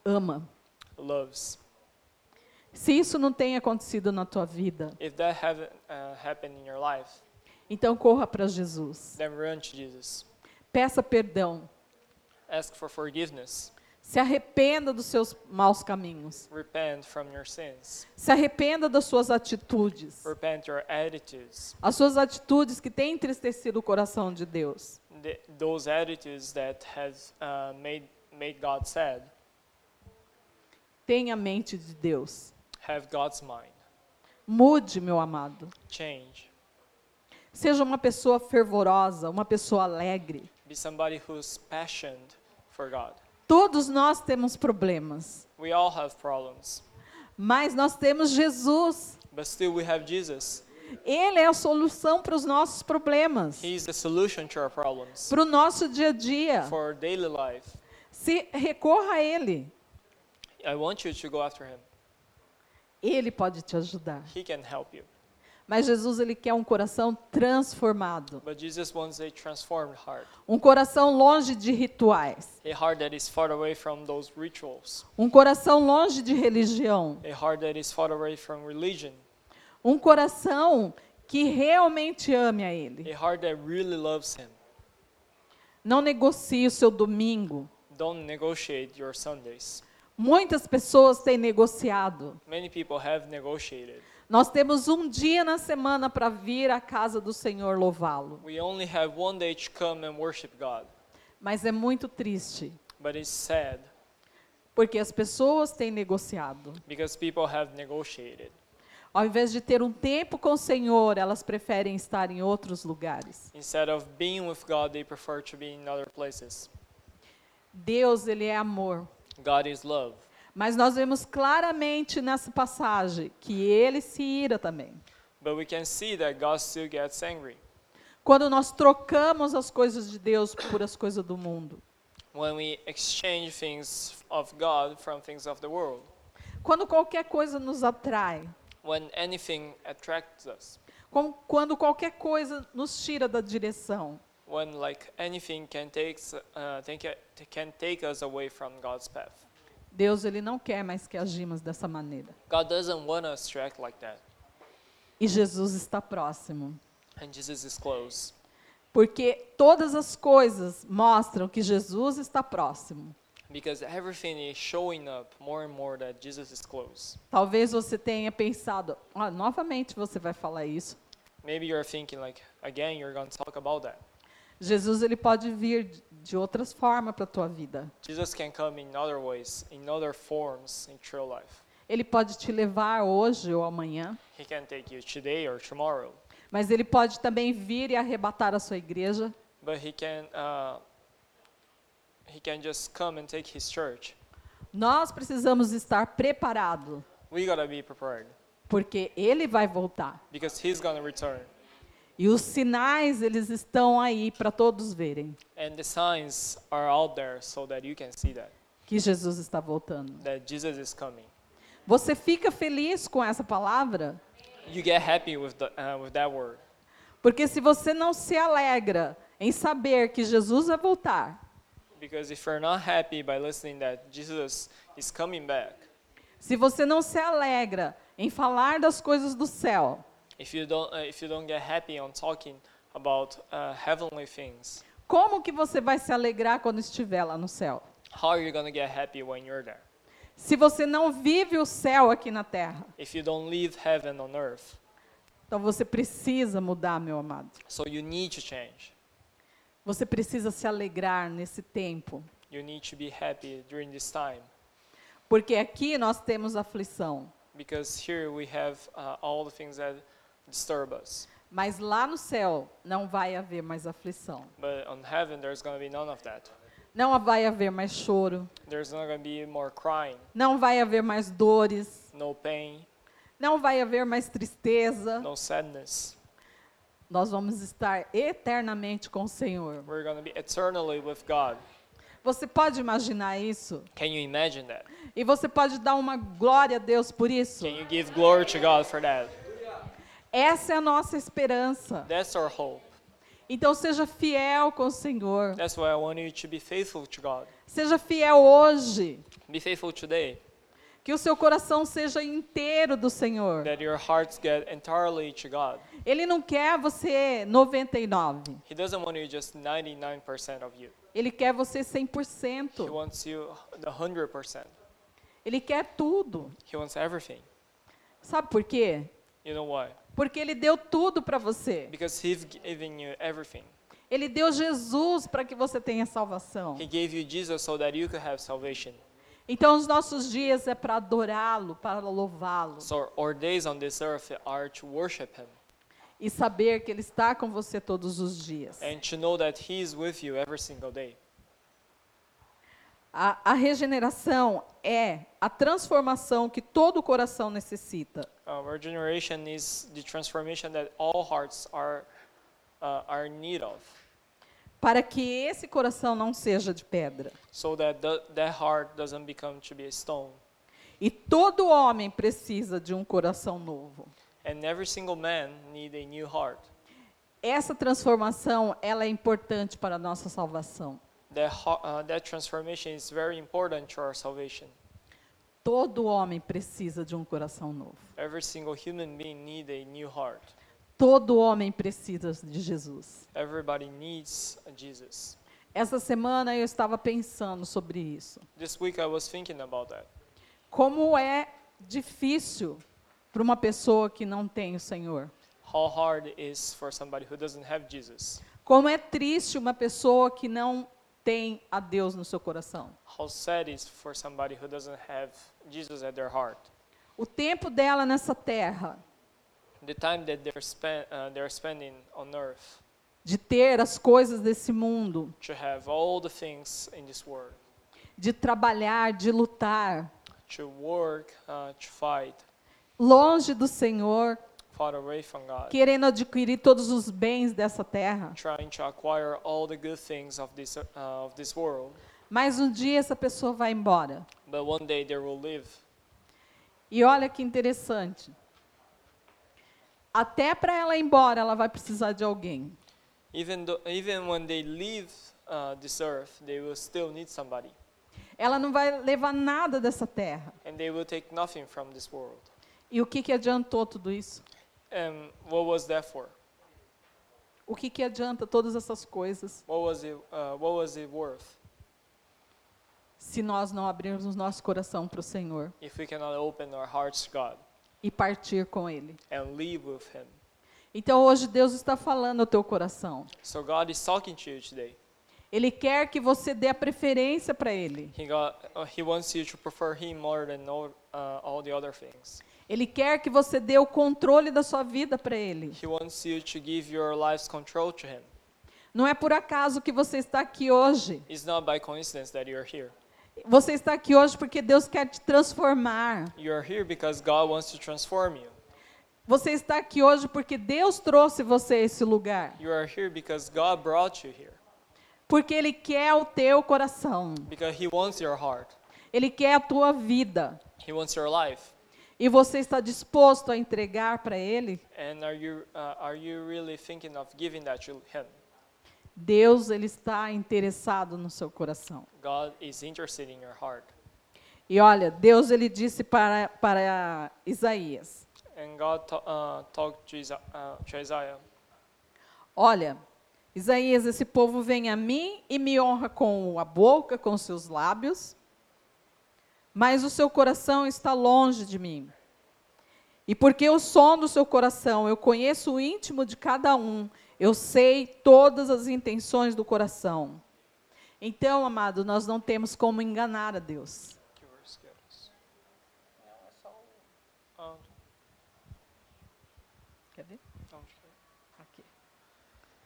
S1: Ama.
S2: Loves.
S1: Se isso não tem acontecido na tua vida,
S2: If that haven't uh, happened in your life,
S1: então corra para Jesus.
S2: then run to Jesus.
S1: Peça perdão.
S2: Ask for forgiveness.
S1: Se arrependa dos seus maus caminhos.
S2: Repent from your sins.
S1: Se arrependa das suas atitudes.
S2: Repent your attitudes.
S1: As suas atitudes que têm entristecido o coração de Deus.
S2: The, those attitudes that have uh, made made God sad
S1: Tenha a mente de Deus.
S2: have God's mind.
S1: Mude, meu amado.
S2: Change.
S1: Seja uma pessoa fervorosa, uma pessoa alegre.
S2: Be somebody who's passionate for God.
S1: Todos nós temos problemas,
S2: We all have problems,
S1: mas nós temos Jesus.
S2: but still we have Jesus.
S1: Ele é a solução para os nossos problemas,
S2: He is the solution to our problems
S1: para o nosso dia a dia.
S2: for our daily life.
S1: Se recorra a Ele,
S2: I want you to go after him.
S1: Ele pode te ajudar.
S2: He can help you.
S1: Mas Jesus ele quer um coração transformado,
S2: But Jesus wants a transformed heart,
S1: um coração longe de rituais,
S2: a heart that is far away from those rituals,
S1: um coração longe de religião,
S2: a heart that is far away from religion,
S1: um coração que realmente ame a
S2: a
S1: Ele.
S2: heart that really loves him.
S1: Não negocie o seu domingo.
S2: Don't negotiate your Sundays.
S1: Muitas pessoas têm negociado.
S2: Many people have negotiated.
S1: Nós temos um dia na semana para vir à casa do Senhor louvá-lo.
S2: We only have one day to come and worship God,
S1: Mas é muito triste,
S2: but it's sad
S1: porque as pessoas têm negociado.
S2: because people have negotiated.
S1: Ao invés de ter um tempo com o Senhor, elas preferem estar em outros lugares.
S2: Instead of being with God, they prefer to be in other places.
S1: Deus, ele é amor.
S2: God is love.
S1: Mas nós vemos claramente nessa passagem que ele se ira também.
S2: But we can see that God still gets angry.
S1: Quando nós trocamos as coisas de Deus por as coisas do mundo.
S2: When we exchange things of God from things of the world,
S1: Quando qualquer coisa nos atrai.
S2: when anything attracts us,
S1: Com- Quando qualquer coisa nos tira da direção.
S2: when like anything can take, uh, take, can take us away from God's path.
S1: Deus ele não quer mais que agimos dessa maneira.
S2: God doesn't want us to act like that.
S1: E Jesus está próximo.
S2: And Jesus is close.
S1: Porque todas as coisas mostram que Jesus está próximo.
S2: Because everything is showing up more and more that Jesus is close.
S1: Talvez você tenha pensado, "Ah, novamente você vai falar isso.
S2: Maybe you're thinking like, again, you're going to talk about that.
S1: Jesus ele pode vir de- de outras formas para a tua vida.
S2: Jesus can come in other ways, in other forms in true life.
S1: Ele pode te levar hoje ou amanhã,
S2: He can take you today or tomorrow,
S1: mas ele pode também vir e arrebatar a sua igreja.
S2: but he can uh, he can just come and take his church.
S1: Nós precisamos estar preparado,
S2: We gotta be prepared
S1: porque ele vai voltar.
S2: because he's gonna return,
S1: E os sinais eles estão aí para todos verem
S2: and the signs are out there so that you can see that
S1: que Jesus está voltando.
S2: that Jesus is coming.
S1: Você fica feliz com essa palavra?
S2: You get happy with the uh, with that word
S1: Porque se você não se alegra em saber que Jesus vai voltar,
S2: because if you're not happy by listening that Jesus is coming back,
S1: se você não se alegra em falar das coisas do céu,
S2: if you don't uh, if you don't get happy on talking about uh, heavenly things,
S1: como que você vai se alegrar quando estiver lá no céu?
S2: how are you gonna get happy when you're there?
S1: Se você não vive o céu aqui na terra,
S2: If you don't leave heaven on earth,
S1: então você precisa mudar, meu amado.
S2: so you need to change.
S1: Você precisa se alegrar nesse tempo,
S2: You need to be happy during this time
S1: porque aqui nós temos aflição,
S2: because here we have uh, all the things that disturb us,
S1: mas lá no céu não vai haver mais aflição.
S2: but on heaven there's gonna be none of that.
S1: Não vai haver mais choro,
S2: There's not gonna be more crying,
S1: não vai haver mais dores,
S2: no pain,
S1: não vai haver mais tristeza.
S2: no sadness.
S1: Nós vamos estar eternamente com o Senhor.
S2: We're gonna be eternally with God.
S1: Você pode imaginar isso?
S2: Can you imagine that?
S1: E você pode dar uma glória a Deus por isso?
S2: Can you give glory to God for that?
S1: Essa é a nossa esperança.
S2: That's our hope.
S1: Então seja fiel com o Senhor.
S2: That's why I want you to be faithful to God.
S1: Seja fiel hoje.
S2: Be faithful today.
S1: Que o seu coração seja inteiro do Senhor.
S2: That your hearts get entirely to God.
S1: Ele não quer você 99.
S2: He doesn't want you just 99% of you.
S1: Ele quer você
S2: He
S1: 100%.
S2: wants you the 100%.
S1: Ele quer tudo.
S2: He wants everything.
S1: Sabe por quê?
S2: You know why?
S1: Porque ele deu tudo para você.
S2: Because He's giving you everything.
S1: Ele deu Jesus para que você tenha salvação.
S2: He gave you Jesus so that you could have salvation.
S1: Então os nossos dias é para adorá-lo, para louvá-lo
S2: So our days on this earth are to worship Him
S1: e saber que ele está com você todos os dias.
S2: and to know that He is with you every single day.
S1: A, a regeneração é a transformação que todo o coração necessita.
S2: Uh, regeneration is the transformation that all hearts are, uh, are in need of,
S1: Para que esse coração não seja de pedra.
S2: so that the, that heart doesn't become to be a stone.
S1: E todo homem precisa de um coração novo.
S2: And every single man need a new heart.
S1: Essa transformação ela é importante para a nossa salvação.
S2: That, ho- uh, that transformation is very important to our salvation.
S1: Todo homem precisa de um coração novo.
S2: Every single human being need a new heart.
S1: Todo homem precisa de Jesus.
S2: Everybody needs a Jesus.
S1: Essa semana eu estava pensando sobre isso.
S2: This week I was thinking about that.
S1: Como é difícil para uma pessoa que não tem o Senhor.
S2: How hard it is for somebody who doesn't have Jesus.
S1: Como é triste uma pessoa que não tem a Deus no seu coração.
S2: How sad it is for somebody who doesn't have Jesus at their heart.
S1: O tempo dela nessa terra,
S2: The time that they're, spend, uh, they're spending on earth
S1: de ter as coisas desse mundo,
S2: to have all the things in this world,
S1: de trabalhar, de lutar,
S2: to work, uh, to fight,
S1: longe do Senhor,
S2: far away from God,
S1: querendo adquirir todos os bens dessa terra.
S2: trying to acquire all the good things of this, uh, of this world.
S1: Mas um dia essa pessoa vai embora.
S2: But one day they will live
S1: E olha que interessante. Até para ela ir embora, ela vai precisar de alguém.
S2: Even though, even when they leave uh, this earth, they will still need somebody,
S1: Ela não vai levar nada dessa terra.
S2: and they will take nothing from this world.
S1: E o que, que adiantou tudo isso?
S2: And what was that for?
S1: O que, que adianta todas essas coisas
S2: What was it? Uh, what was it worth
S1: se nós não abrirmos o nosso coração para o Senhor
S2: if we cannot open our hearts to God
S1: e partir com Ele?
S2: and live with Him?
S1: Então hoje Deus está falando ao teu coração.
S2: So God is talking to you today.
S1: Ele quer que você dê a preferência para Ele.
S2: He got uh, He wants you to prefer Him more than all, uh, all the other things.
S1: Ele quer que você dê o controle da sua vida para Ele.
S2: He wants you to give your life's control to Him.
S1: Não é por acaso que você está aqui hoje.
S2: It's not by coincidence that you're here.
S1: Você está aqui hoje porque Deus quer te transformar.
S2: You're here because God wants to transform you.
S1: Você está aqui hoje porque Deus trouxe você a esse lugar.
S2: You are here because God brought you here.
S1: Porque Ele quer o teu coração.
S2: Because He wants your heart.
S1: Ele quer a tua vida.
S2: He wants your life.
S1: E você está disposto a entregar para Ele?
S2: And are you uh, are you really thinking of giving that to Him?
S1: Deus ele está interessado no seu coração.
S2: God is interested in your heart.
S1: E olha, Deus ele disse para, para Isaías:
S2: And God ta- uh, talked to, Isa- uh, to Isaiah.
S1: Olha, Isaías, esse povo vem a mim e me honra com a boca, com seus lábios, mas o seu coração está longe de mim. E porque eu sondo o seu coração, eu conheço o íntimo de cada um, eu sei todas as intenções do coração. Então, amado, nós não temos como enganar a Deus.
S2: Ah,
S1: Quer ver?
S2: não, acho que-
S1: Aqui.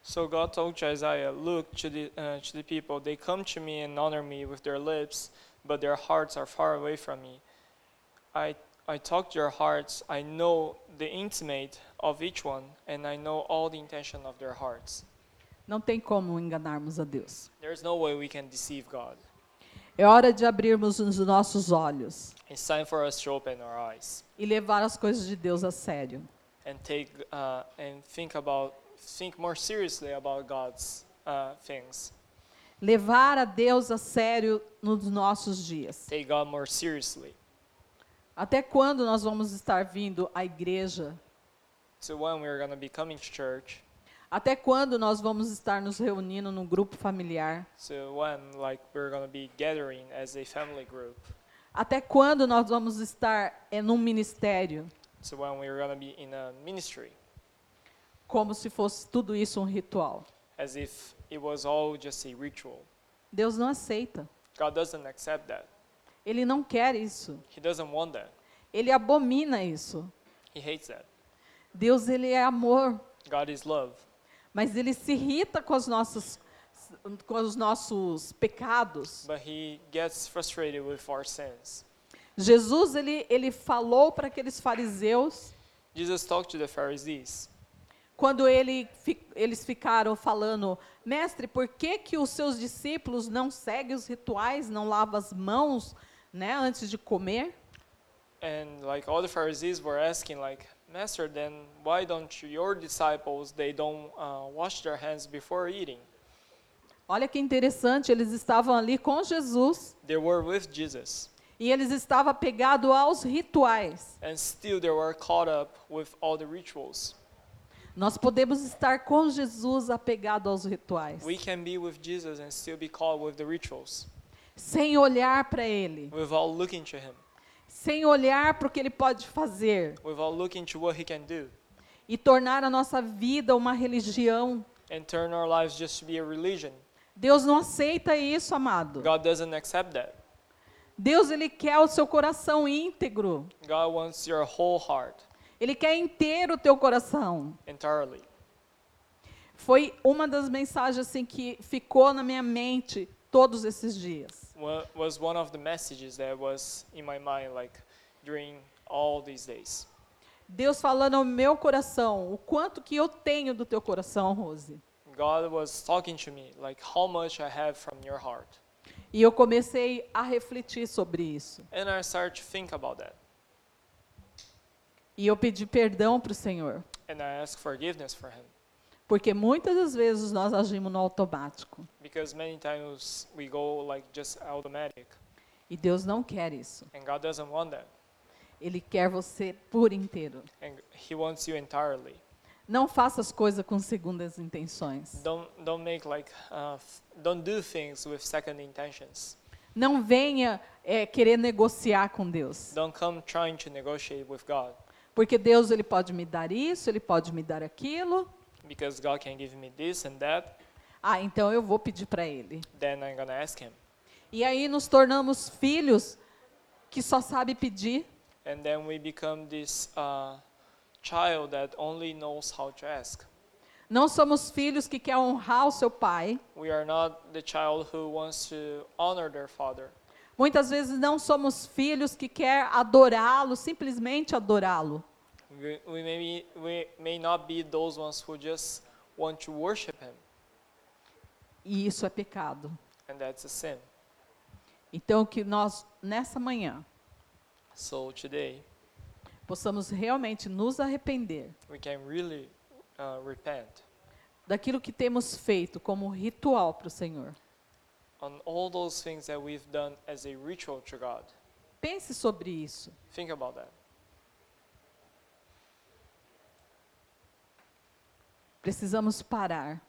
S2: So God told to Isaiah, Look to the, uh, to the people, they come to me and honor me with their lips, but their hearts are far away from me. I, I talk to their hearts, I know the intimate of each one, and I know all the intention of their hearts.
S1: Não tem como enganarmos a Deus.
S2: There's no way we can deceive God.
S1: É hora de abrirmos os nossos olhos
S2: It's time for us to open our eyes
S1: e levar as coisas de Deus a sério.
S2: and take uh, and think about think more seriously about God's uh, things.
S1: Levar a Deus a sério nos nossos dias.
S2: Take God more seriously.
S1: Até quando nós vamos estar vindo à igreja?
S2: So when we're gonna be coming to church,
S1: Até quando nós vamos estar nos reunindo num grupo familiar?
S2: so when like we're gonna be gathering as a family group,
S1: Até quando nós vamos estar em um ministério?
S2: so when we're gonna be in a ministry,
S1: Como se fosse tudo isso um ritual.
S2: as if it was all just a ritual.
S1: Deus não aceita.
S2: God doesn't accept that.
S1: Ele não quer isso.
S2: He doesn't want that.
S1: Ele abomina isso.
S2: He hates that.
S1: Deus ele é amor,
S2: God is love,
S1: mas ele se irrita com os nossos com os nossos pecados.
S2: but he gets frustrated with our sins.
S1: Jesus ele ele falou para aqueles fariseus
S2: Jesus talked to the Pharisees.
S1: quando ele fi- eles ficaram falando: "Mestre, por que que os seus discípulos não seguem os rituais, não lavam as mãos, né, antes de comer?"
S2: and like all the pharisees were asking like master then why don't you- your disciples they don't uh, wash their hands before eating
S1: Olha que interessante, eles estavam ali com Jesus
S2: they were with jesus
S1: e eles estavam apegados aos rituais.
S2: and still they were caught up with all the rituals
S1: Nós podemos estar com Jesus apegado aos rituais.
S2: we can be with jesus and still be caught with the rituals
S1: sem olhar para ele,
S2: without looking to him
S1: sem olhar para o que ele pode fazer
S2: without looking to what he can do
S1: e tornar a nossa vida uma religião.
S2: and turn our lives just to be a religion
S1: Deus não aceita isso, amado.
S2: god doesn't accept that
S1: Deus ele quer o seu coração íntegro.
S2: god wants your whole heart
S1: Ele quer inteiro o teu coração.
S2: entirely
S1: Foi uma das mensagens assim que ficou na minha mente todos esses dias.
S2: wa- was one of the messages that was in my mind like during all these days.
S1: Deus falando ao meu coração, o quanto que eu tenho do teu coração, Rose.
S2: God was talking to me like how much I have from your heart.
S1: E eu comecei a refletir sobre isso.
S2: And I started to think about that
S1: E eu pedi perdão para o Senhor.
S2: and I asked forgiveness for him
S1: Porque muitas das vezes nós agimos no automático
S2: because many times we go like just automatic
S1: e Deus não quer isso.
S2: and God doesn't want that
S1: Ele quer você por inteiro.
S2: and he wants you entirely.
S1: Não faça as coisas com segundas intenções.
S2: Don't don't make like uh, f- don't do things with second intentions.
S1: Não venha eh, querer negociar com Deus.
S2: Don't come trying to negotiate with God.
S1: Porque Deus ele pode me dar isso, ele pode me dar aquilo.
S2: because God can give me this and that,
S1: Ah, então eu vou pedir para ele.
S2: then I'm going to ask Him.
S1: E aí nos tornamos filhos que só sabe pedir,
S2: And then we become this uh, child that only knows how to ask.
S1: não somos filhos que quer honrar o seu pai.
S2: We are not the child who wants to honor their father.
S1: Muitas vezes não somos filhos que quer adorá-lo, simplesmente adorá-lo.
S2: We, we, may be, we may not be those ones who just want to worship Him,
S1: E isso é pecado.
S2: and that's a sin.
S1: Então que nós nessa manhã
S2: So today,
S1: possamos realmente nos arrepender
S2: we can really uh, repent
S1: daquilo que temos feito como ritual para o Senhor.
S2: on all those things that we've done as a ritual to God.
S1: Pense sobre isso.
S2: Think about that.
S1: Precisamos parar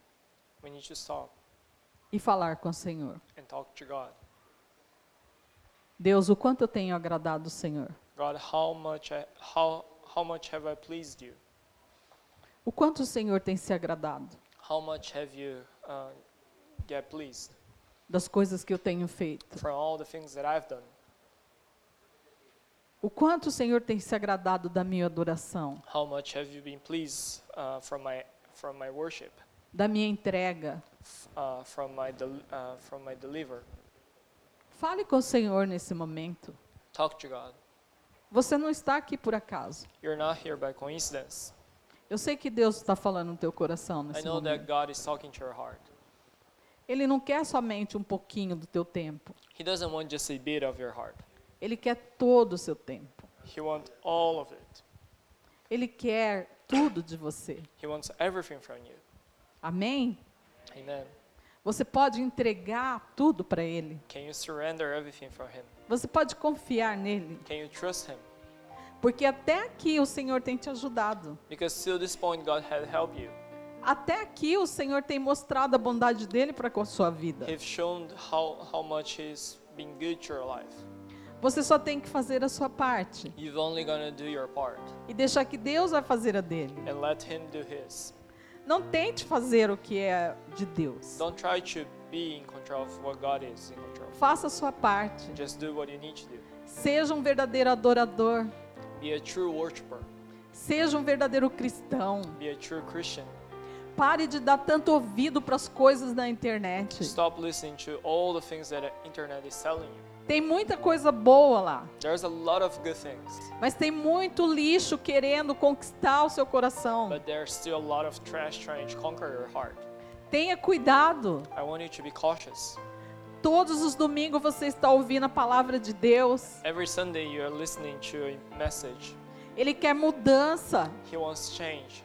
S2: We need to stop
S1: e falar com o Senhor.
S2: and talk to God.
S1: Deus, o quanto eu tenho agradado o Senhor.
S2: God, how much, I, how, how much have I pleased you?
S1: O quanto o Senhor tem se agradado
S2: How much have you uh, get pleased
S1: das coisas que eu tenho feito.
S2: from all the things that I've done?
S1: O quanto o Senhor tem se agradado da minha adoração,
S2: How much have you been pleased uh, from my from my worship,
S1: da minha entrega.
S2: f- uh, from my del- uh, from my deliver?
S1: Fale com o Senhor nesse momento.
S2: Talk to God.
S1: Você não está aqui por acaso.
S2: You're not here by coincidence.
S1: Eu sei que Deus está falando no teu coração
S2: I
S1: nesse
S2: know that
S1: momento.
S2: God is talking to your heart.
S1: Ele não quer somente um pouquinho do teu tempo.
S2: He doesn't want just a bit of your heart.
S1: Ele quer todo o seu tempo.
S2: He wants all of it.
S1: Ele quer tudo de você.
S2: He wants everything from you.
S1: Amém?
S2: Amen.
S1: Você pode entregar tudo para Ele.
S2: Can you surrender everything for Him?
S1: Você pode confiar nele.
S2: Can you trust Him?
S1: Porque até aqui o Senhor tem te ajudado.
S2: Because till this point, God had helped you.
S1: Até aqui o Senhor tem mostrado a bondade dele para com a sua vida.
S2: He's shown how, how much He's been good to your life.
S1: Você só tem que fazer a sua parte
S2: You've only gonna do your part
S1: e deixar que Deus vai fazer a dele.
S2: and let Him do His.
S1: Não tente fazer o que é de Deus.
S2: Don't try to be in control of what God is in control.
S1: Faça a sua parte.
S2: Just do what you need to do.
S1: Seja um verdadeiro adorador.
S2: Be a true worshiper.
S1: Seja um verdadeiro cristão.
S2: Be a true Christian.
S1: Pare de dar tanto ouvido para as coisas na internet.
S2: Stop listening to all the things that the internet is telling you.
S1: Tem muita coisa boa lá,
S2: There's a lot of good things,
S1: mas tem muito lixo querendo conquistar o seu coração.
S2: but there's still a lot of trash trying to conquer your heart.
S1: Tenha cuidado.
S2: I want you to be cautious.
S1: Todos os domingos você está ouvindo a palavra de Deus.
S2: Every Sunday you are listening to a message.
S1: Ele quer mudança.
S2: He wants change.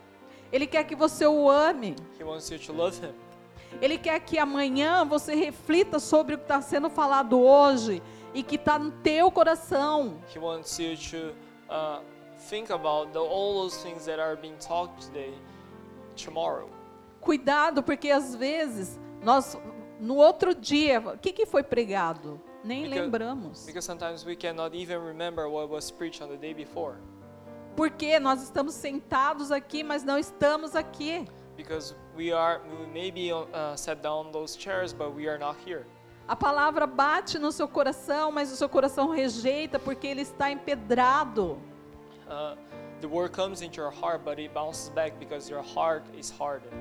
S1: Ele quer que você o ame.
S2: He wants you to love him.
S1: Ele quer que amanhã você reflita sobre o que está sendo falado hoje e que está no teu coração.
S2: He wants you to uh, think about the, all those things that are being talked today, tomorrow.
S1: Cuidado, porque às vezes nós, no outro dia, o que, que foi pregado? Nem
S2: Because-
S1: lembramos.
S2: Because sometimes we cannot even remember what was preached on the day before.
S1: Porque nós estamos sentados aqui, mas não estamos aqui.
S2: Because we are, we may be uh, sat down on those chairs, but we are not here.
S1: A palavra bate no seu coração, mas o seu coração rejeita porque ele está empedrado.
S2: Uh, the word comes into your heart, but it bounces back because your heart is hardened.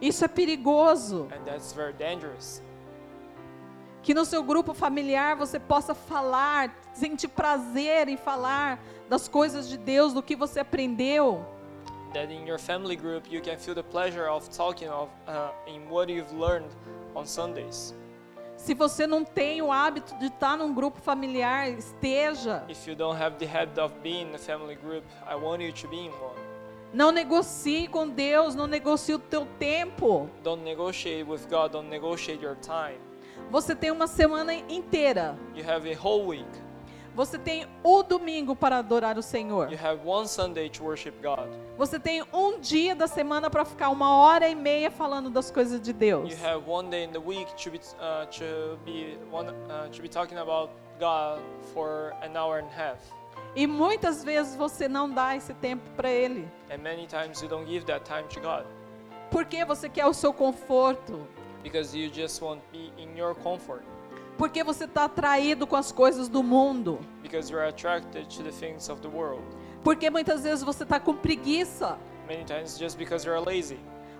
S1: Isso é perigoso.
S2: And that's very dangerous.
S1: Que no seu grupo familiar você possa falar, sentir prazer em falar das coisas de Deus, do que você aprendeu.
S2: that in your family group you can feel the pleasure of talking of uh, in what you've learned on Sundays.
S1: Se você não tem o hábito de estar num grupo familiar, esteja.
S2: If you don't have the habit of being in a family group, I want you to be in one.
S1: Não negocie com Deus, não negocie o teu tempo.
S2: Don't negotiate with God, don't negotiate your time.
S1: Você tem uma semana inteira.
S2: You have a whole week.
S1: Você tem o domingo para adorar o Senhor.
S2: You have one Sunday to worship God.
S1: Você tem um dia da semana para ficar uma hora e meia falando das coisas de Deus.
S2: You have one day in the week to be uh, to be one uh, to be talking about God for an hour and a half.
S1: E muitas vezes você não dá esse tempo para Ele,
S2: And many times you don't give that time to God
S1: porque você quer o seu conforto,
S2: because you just want to be in your comfort,
S1: porque você está atraído com as coisas do mundo,
S2: because you are attracted to the things of the world.
S1: porque muitas vezes você está com preguiça.
S2: Many times just because you are lazy.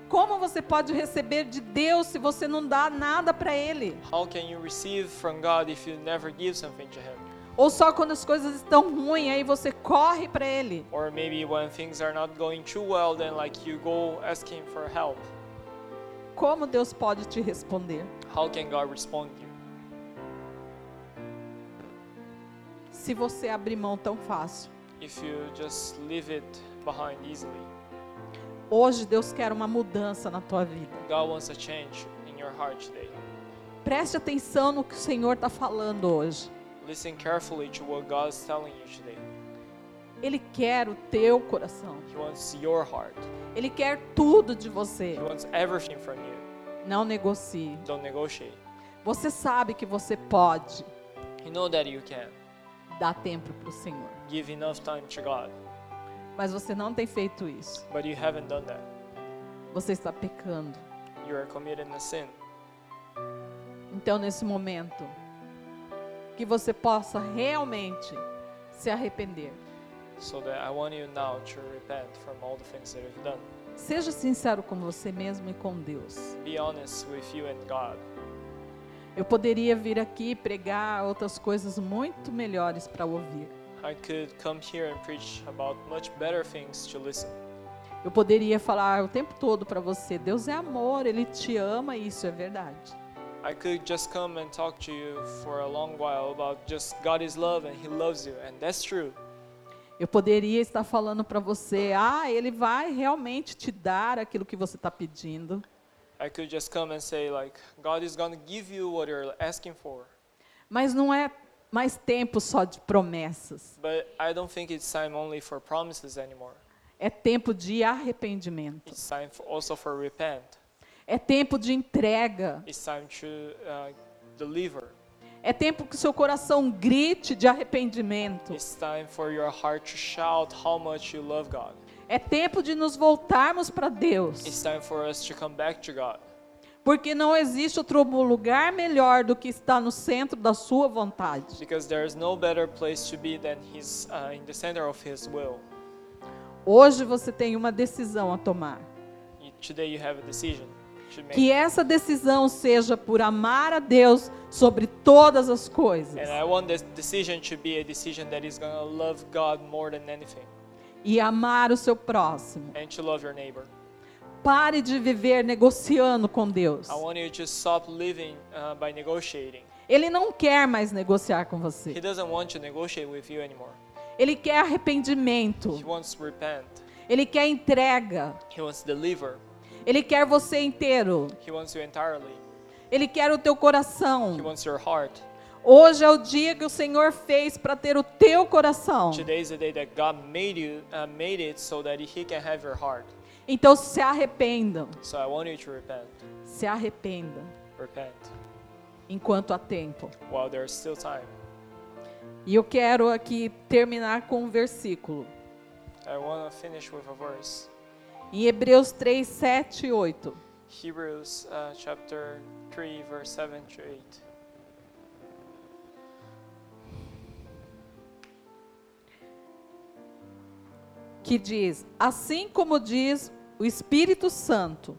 S1: Como você pode receber de Deus se você não dá nada para Ele?
S2: How can you receive from God if you never give something to Him?
S1: Ou só quando as coisas estão ruins, aí você corre para Ele?
S2: Or maybe when things are not going too well, then like you go asking for help.
S1: Como Deus pode te responder?
S2: How can God respond to you
S1: Se você abrir mão tão fácil.
S2: if you just leave it behind easily?
S1: Hoje Deus quer uma mudança na tua vida.
S2: God wants a change in your heart today.
S1: Preste atenção no que o Senhor está falando hoje.
S2: Listen carefully to what God is telling you today.
S1: Ele quer o teu coração.
S2: He wants your heart.
S1: Ele quer tudo de
S2: He
S1: você.
S2: wants everything from you.
S1: Não negocie.
S2: Don't negotiate.
S1: Você sabe que você pode.
S2: You know that you can.
S1: Dá tempo para o Senhor.
S2: Give enough time to God,
S1: Mas você não tem feito isso.
S2: but you haven't done that.
S1: Você está pecando.
S2: You are committing a sin.
S1: Então, nesse momento, que você possa realmente se arrepender.
S2: So that I want you now to repent from all the things that you've done.
S1: Seja sincero com você mesmo e com Deus.
S2: Be honest with you and God.
S1: Eu poderia vir aqui e pregar outras coisas muito melhores para ouvir.
S2: I could come here and preach about much better things to listen.
S1: Eu poderia falar o tempo todo para você: Deus é amor, Ele te ama, e isso é verdade.
S2: I could just come and talk to you for a long while about just God is love and He loves you, and that's true.
S1: Eu poderia estar falando para você: Ah, Ele vai realmente te dar aquilo que você está pedindo.
S2: I could just come and say, like, God is gonna give you what you're asking for.
S1: Mas não é mais tempo só de promessas.
S2: But I don't think it's time only for promises anymore.
S1: É tempo de arrependimento.
S2: It's time for also for repent.
S1: É tempo de entrega.
S2: It's time to uh, deliver.
S1: É tempo que seu coração grite de arrependimento.
S2: It's time for your heart to shout how much you love God.
S1: É tempo de nos voltarmos para Deus.
S2: It's time for us to come back to God.
S1: Porque não existe outro lugar melhor do que estar no centro da sua vontade.
S2: Because there is no better place to be than He's uh, in the center of His will.
S1: Hoje você tem uma decisão a tomar.
S2: You, today you have a decision to make.
S1: Que essa decisão seja por amar a Deus sobre todas as coisas
S2: And I want this decision to be a decision that is gonna love God more than anything
S1: e amar o seu próximo.
S2: and to love your neighbor.
S1: Pare de viver negociando com Deus.
S2: I want you to stop living uh, by negotiating.
S1: Ele não quer mais negociar com
S2: He
S1: você.
S2: doesn't want to negotiate with you anymore.
S1: Ele quer
S2: He
S1: arrependimento.
S2: wants to repent.
S1: Ele quer entrega.
S2: He wants to deliver.
S1: Ele quer você inteiro.
S2: He wants you entirely.
S1: Ele quer o teu
S2: He
S1: coração.
S2: wants your heart.
S1: Hoje é o dia que o Senhor fez para ter o teu coração.
S2: Today is the day that God made you, uh, made it so that He can have your heart.
S1: Então se arrependam,
S2: So I want you to repent.
S1: se arrependa
S2: Repent
S1: enquanto há tempo.
S2: while there's still time.
S1: E eu quero aqui terminar com um versículo.
S2: I want to finish with a verse.
S1: Em Hebreus 3, 7 e 8.
S2: Hebrews uh, chapter 3, verse 7 to 8.
S1: que diz: Assim como diz o Espírito Santo,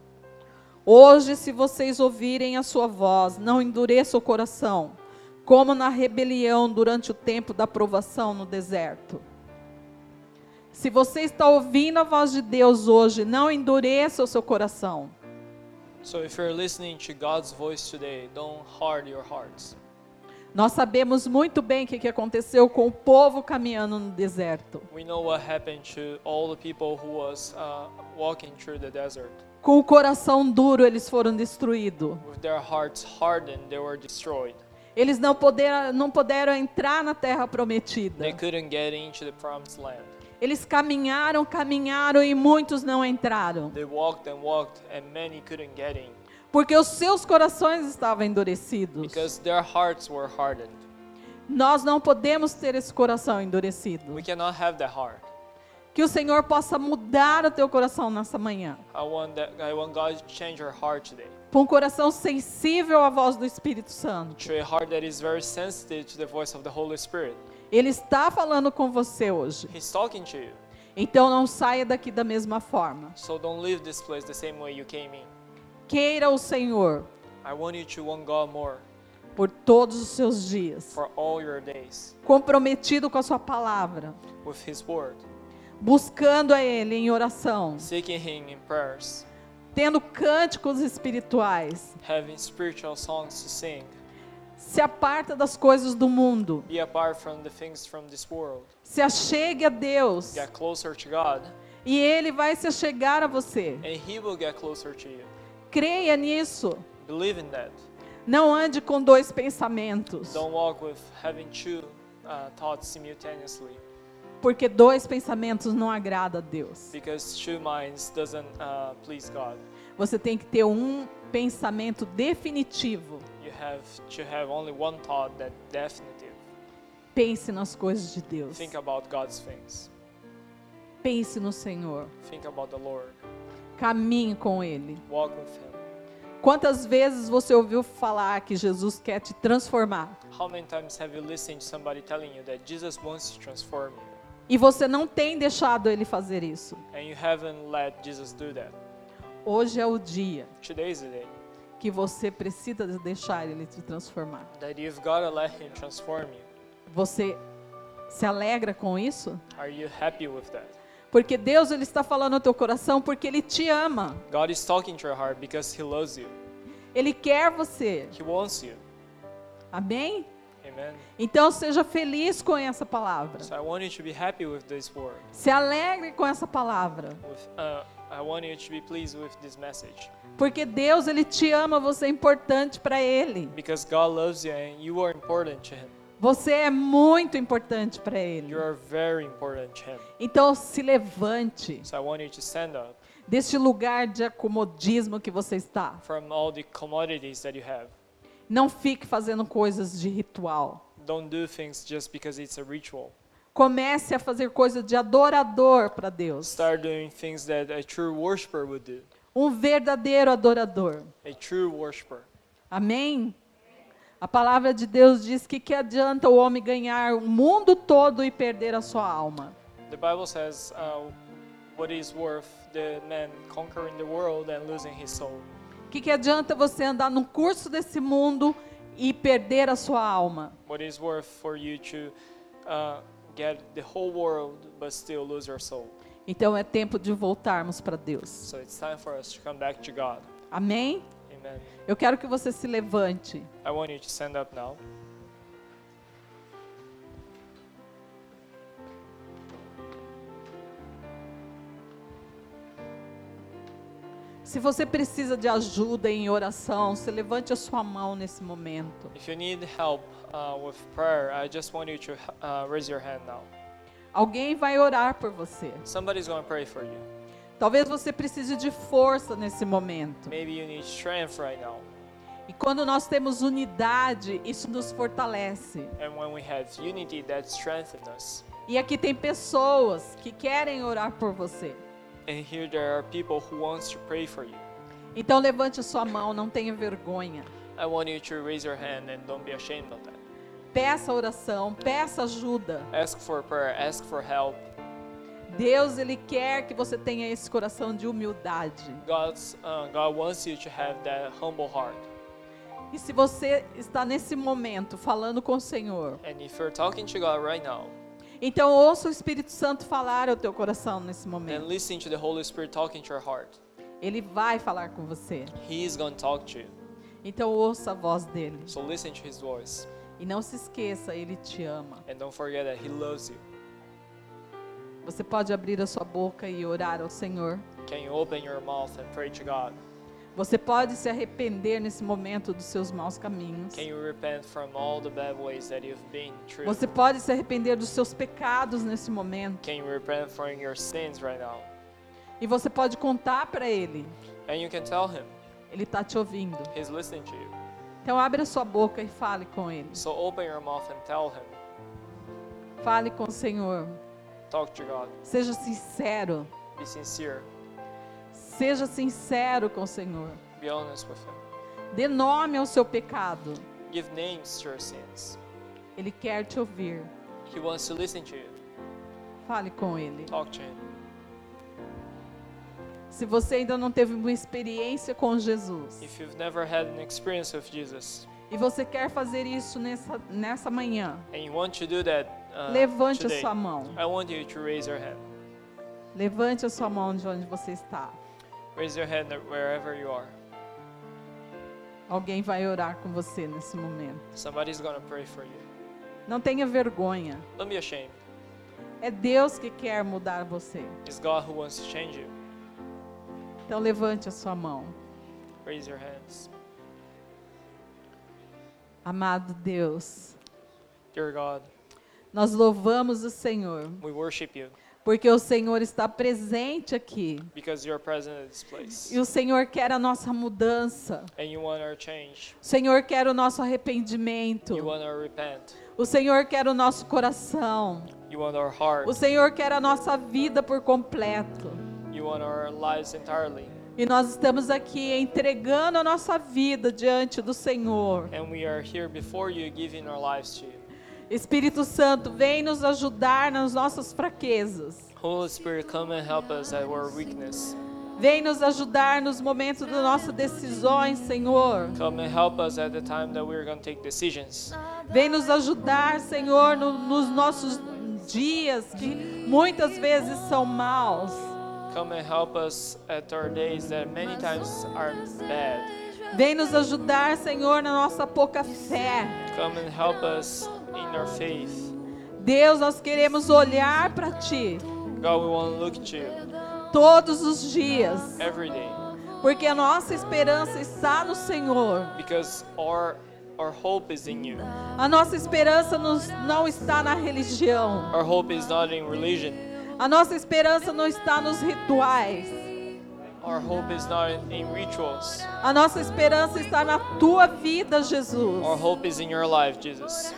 S1: hoje, se vocês ouvirem a sua voz, não endureça o coração, como na rebelião durante o tempo da provação no deserto. Se você está ouvindo a voz de Deus hoje, não endureça o seu coração.
S2: So if you're listening to God's voice today, don't hard your hearts.
S1: Nós sabemos muito bem o que que aconteceu com o povo caminhando no deserto,
S2: We know what happened to all the people who was uh, walking through the desert.
S1: com o coração duro eles foram destruídos.
S2: With their hearts hardened, they were destroyed.
S1: Eles não poderam, não puderam entrar na terra prometida.
S2: They couldn't get into the promised land.
S1: Eles caminharam, caminharam e muitos não entraram,
S2: They walked and walked, and many couldn't get in
S1: porque os seus corações estavam endurecidos.
S2: because their hearts were hardened.
S1: Nós não podemos ter esse coração endurecido.
S2: We cannot have that heart.
S1: Que o Senhor possa mudar o teu coração nessa manhã.
S2: I want that. I want God to change your heart today
S1: Para um coração sensível à voz do Espírito Santo.
S2: to a heart that is very sensitive to the voice of the Holy Spirit.
S1: Ele está falando com você hoje.
S2: He's talking to you.
S1: Então não saia daqui da mesma forma.
S2: So don't leave this place the same way you came in.
S1: Queira o Senhor
S2: I want you to want God more
S1: por todos os seus dias.
S2: for all your days
S1: Comprometido com a sua palavra.
S2: with His Word,
S1: Buscando a Ele em oração.
S2: seeking Him in prayers,
S1: Tendo cânticos espirituais.
S2: having spiritual songs to sing.
S1: Se aparta das coisas do mundo.
S2: Be apart from the things from this world.
S1: Se achegue a Deus.
S2: Get closer to God,
S1: E Ele vai se achegar a você.
S2: and He will get closer to you.
S1: Creia nisso.
S2: Believe in that.
S1: Não ande com dois pensamentos.
S2: Don't walk with having two uh, thoughts simultaneously,
S1: Porque dois pensamentos não agrada a Deus.
S2: because two minds doesn't uh, please God.
S1: Você tem que ter um pensamento definitivo.
S2: You have to have only one thought that definitive.
S1: Pense nas coisas de Deus.
S2: Think about God's things.
S1: Pense no Senhor.
S2: Think about the Lord.
S1: Caminhe com Ele.
S2: Walk with Him.
S1: Quantas vezes você ouviu falar que Jesus quer te transformar
S2: How many times have you listened to somebody telling you that Jesus wants to transform you,
S1: e você não tem deixado Ele fazer isso?
S2: and you haven't let Jesus do that?
S1: Hoje é o dia
S2: Today is the day
S1: que você precisa de deixar Ele te transformar.
S2: that you've gotta let Him transform you.
S1: Você se alegra com isso?
S2: Are you happy with that?
S1: Porque Deus ele está falando no teu coração porque Ele te ama.
S2: God is talking to your heart because He loves you.
S1: Ele quer você.
S2: He wants you.
S1: Amém?
S2: Amen.
S1: Então seja feliz com essa palavra.
S2: So I want you to be happy with this word.
S1: Se alegre com essa palavra.
S2: With, uh, I want you to be pleased with this message
S1: Porque Deus ele te ama, você é importante para ele.
S2: because God loves you and you are important to Him.
S1: Você é muito importante para ele.
S2: You are very important to Him.
S1: Então se levante
S2: So I want you to stand up
S1: deste lugar de acomodismo que você está.
S2: from all the commodities that you have.
S1: Não fique fazendo coisas de ritual.
S2: Don't do things just because it's a ritual.
S1: Comece a fazer coisa de adorador para Deus.
S2: Start doing things that a true worshiper would do.
S1: Um verdadeiro adorador.
S2: A true worshiper.
S1: Amém? A palavra de Deus diz que que adianta o homem ganhar o mundo todo e perder a sua alma?
S2: The Bible says, uh, "What is worth the man conquering the world and losing his soul?
S1: Que que adianta você andar no curso desse mundo e perder a sua alma?
S2: What is worth for you to uh, get the whole world but still lose your soul?"
S1: Então é tempo de voltarmos para Deus.
S2: So it's time for us to come back to God.
S1: Amém?
S2: Amen.
S1: Eu quero que você se levante.
S2: I want you to stand up now.
S1: Se você precisa de ajuda em oração, se levante a sua mão nesse momento.
S2: If you need help uh, with prayer, I just want you to uh, raise your hand now.
S1: Alguém vai orar por você.
S2: Somebody's gonna pray for you.
S1: Talvez você precise de força nesse momento.
S2: Maybe you need strength right now.
S1: E quando nós temos unidade, isso nos fortalece.
S2: And when we have unity, that strengthens us.
S1: E aqui tem pessoas que querem orar por você.
S2: And here there are people who wants to pray for you.
S1: Então levante a sua mão, não tenha vergonha.
S2: I want you to raise your hand and don't be ashamed of that.
S1: Peça oração, peça ajuda.
S2: Ask for prayer, ask for help.
S1: Deus ele quer que você tenha esse coração de humildade.
S2: God's, uh, God wants you to have that humble heart.
S1: E se você está nesse momento falando com o Senhor,
S2: And if you're talking to God right now,
S1: então ouça o Espírito Santo falar ao teu coração nesse
S2: then
S1: momento.
S2: listen to the Holy Spirit talking to your heart.
S1: Ele vai falar com você.
S2: He is going to talk to you.
S1: Então ouça a voz dele
S2: So listen to His voice.
S1: e não se esqueça, ele te ama.
S2: And don't forget that He loves you.
S1: Você pode abrir a sua boca e orar ao Senhor.
S2: Can you open your mouth and pray to God?
S1: Você pode se arrepender nesse momento dos seus maus caminhos.
S2: Can you repent from all the bad ways that you've been through?
S1: Você pode se arrepender dos seus pecados nesse momento.
S2: Can you repent from your sins right now?
S1: E você pode contar para ele.
S2: And you can tell Him.
S1: Ele está te ouvindo.
S2: He's listening to you.
S1: Então abre a sua boca e fale com ele.
S2: So open your mouth and tell him.
S1: Fale com o Senhor.
S2: Talk to God.
S1: Seja sincero.
S2: Be sincere.
S1: Seja sincero com o Senhor.
S2: Be honest with him.
S1: Dê nome ao seu pecado.
S2: Give names to your sins.
S1: Ele quer te ouvir.
S2: He wants to listen to you.
S1: Fale com ele.
S2: Talk to him.
S1: Se você ainda não teve uma experiência com Jesus
S2: If you've never had an experience with Jesus
S1: e você quer fazer isso nessa, nessa manhã,
S2: and you want to do that uh,
S1: levante a
S2: today,
S1: sua mão.
S2: I want you to raise your hand.
S1: Levante a sua mão de onde você está.
S2: Raise your hand wherever you are.
S1: Alguém vai orar com você nesse momento.
S2: Somebody's gonna pray for you.
S1: Não tenha vergonha.
S2: Don't be ashamed.
S1: É Deus que quer mudar você.
S2: It's God who wants to change you.
S1: Então levante a sua mão.
S2: Raise your hands.
S1: Amado Deus,
S2: Dear God,
S1: nós louvamos o Senhor,
S2: we worship you
S1: porque o Senhor está presente aqui.
S2: because you're present in this place.
S1: E o Senhor quer a nossa mudança.
S2: and you want our change.
S1: O Senhor quer o nosso arrependimento.
S2: You want our repent.
S1: O Senhor quer o nosso coração.
S2: You want our heart.
S1: O Senhor quer a nossa vida por completo.
S2: You want our lives entirely.
S1: E nós estamos aqui entregando a nossa vida diante do Senhor.
S2: And we are here before you giving our lives to you.
S1: Espírito Santo, vem nos ajudar nas nossas fraquezas.
S2: Holy Spirit, come and help us at our weakness.
S1: Vem nos ajudar nos momentos das nossas decisões, Senhor.
S2: Come and help us at the time that we're going to take decisions.
S1: Vem nos ajudar, Senhor, no- nos nossos dias que muitas vezes são maus.
S2: Come and help us at our days that many times are bad.
S1: Vem nos ajudar, Senhor, na nossa pouca fé.
S2: Come and help us in our faith.
S1: Deus, nós queremos olhar para ti
S2: God, we want to look to you
S1: todos os dias,
S2: every day
S1: porque a nossa esperança está no Senhor.
S2: because our our hope is in you.
S1: A nossa esperança nos- não está na religião.
S2: Our hope is not in religion.
S1: A nossa esperança não está nos rituais.
S2: Our hope is not in, in rituals.
S1: A nossa esperança está na tua vida, Jesus.
S2: Our hope is in your life, Jesus.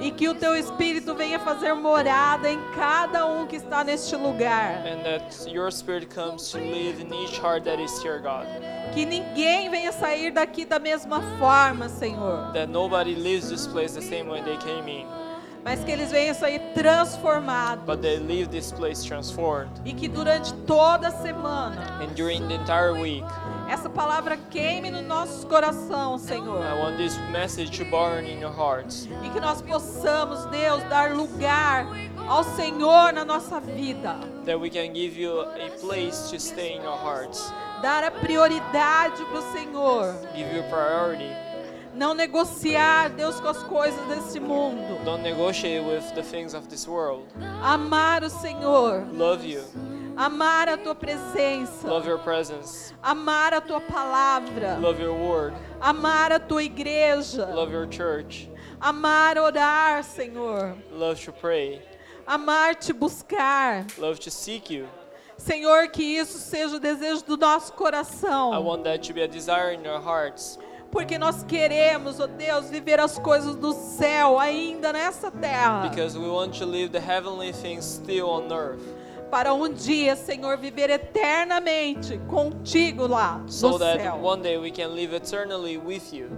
S1: E que o teu espírito venha fazer morada em cada um que está neste lugar.
S2: And that your spirit comes to live in each heart that is here, God.
S1: Que ninguém venha sair daqui da mesma forma, Senhor.
S2: That nobody leaves this place the same way they came in,
S1: Mas que eles venham sair transformados.
S2: but they leave this place transformed.
S1: E que durante toda a semana,
S2: And during the entire week,
S1: essa palavra queime no nosso coração,
S2: I
S1: Senhor.
S2: want this message to burn in your hearts.
S1: E que nós possamos, Deus, dar lugar ao Senhor na nossa vida.
S2: That we can give you a place to stay in your hearts.
S1: Dar a prioridade para o Senhor.
S2: Give you priority.
S1: Não negociar, Deus, com as coisas desse mundo.
S2: Don't negotiate with the things of this world.
S1: Amar o Senhor,
S2: Love you.
S1: amar a tua presença,
S2: Love your presence.
S1: amar a tua palavra,
S2: Love your word.
S1: amar a tua igreja,
S2: Love your church.
S1: amar orar, Senhor,
S2: Love to pray.
S1: amar te buscar.
S2: Love to seek you.
S1: Senhor, que isso seja o desejo do nosso
S2: I
S1: coração,
S2: want that to be a desire in your hearts
S1: porque nós queremos, ó Deus, viver as coisas do céu ainda nessa terra,
S2: because we want to live the heavenly things still on earth
S1: para um dia, Senhor, viver eternamente contigo lá no
S2: so that
S1: céu.
S2: one day we can live eternally with you.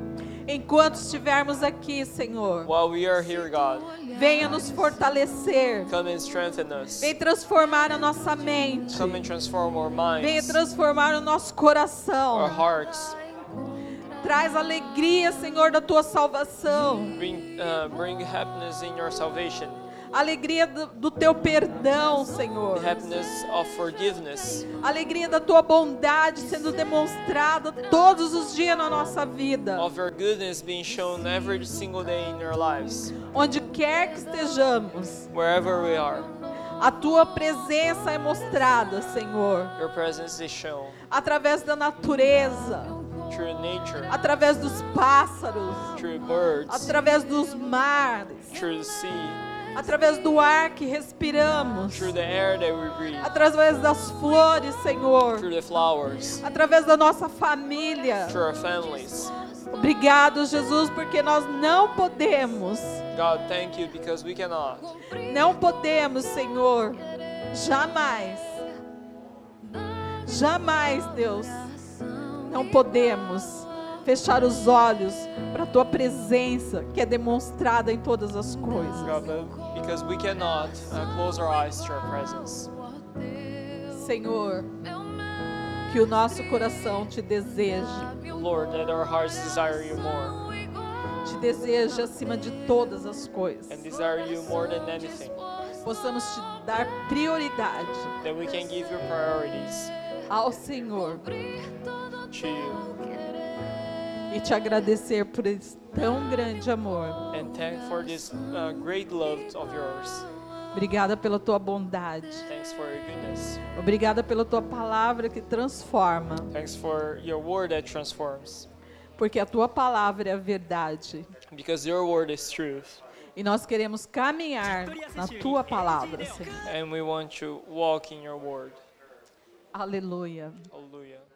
S1: Enquanto estivermos aqui, Senhor,
S2: While we are here, God,
S1: Venha nos fortalecer.
S2: come and strengthen us.
S1: Venha transformar a nossa mente.
S2: Come and transform our
S1: Venha
S2: minds,
S1: transformar o nosso
S2: our
S1: coração.
S2: hearts.
S1: Traz alegria, Senhor, da tua salvação.
S2: Bring, uh, bring happiness in your salvation,
S1: Alegria do, do teu perdão, Senhor.
S2: happiness of forgiveness,
S1: Alegria da tua bondade sendo demonstrada todos os dias na nossa vida.
S2: of your goodness being shown every single day in your lives,
S1: Onde quer que estejamos,
S2: wherever we are.
S1: a tua presença é mostrada, Senhor.
S2: Your presence is shown
S1: Através da natureza,
S2: through nature,
S1: através dos pássaros.
S2: through birds,
S1: através dos mares,
S2: through the sea,
S1: através do ar que respiramos,
S2: through the air that we breathe,
S1: através das flores, Senhor,
S2: through the flowers,
S1: através da nossa família,
S2: through our families,
S1: Obrigado, Jesus, porque nós não podemos,
S2: God, thank you because we cannot,
S1: não podemos, Senhor, jamais, jamais, Deus, não podemos fechar os olhos para a tua presença que é demonstrada em todas as coisas.
S2: God, but because we cannot uh, close our eyes to your presence.
S1: Senhor, que o nosso coração te deseja,
S2: Lord, that our hearts desire you more
S1: te deseja acima de todas as
S2: and
S1: coisas.
S2: desire you more than anything.
S1: Possamos te dar prioridade
S2: That we can give you priorities
S1: ao Senhor
S2: to you
S1: e te agradecer por esse tão grande amor.
S2: and thank for this uh, great love of yours.
S1: Obrigada pela tua bondade.
S2: Thanks for your goodness.
S1: Obrigada pela tua palavra que transforma,
S2: Thanks for your word that transforms.
S1: porque a tua palavra é a verdade.
S2: Because your word is truth,
S1: E nós queremos caminhar na tua palavra, Senhor.
S2: and we want to walk in your word.
S1: Aleluia.
S2: Hallelujah.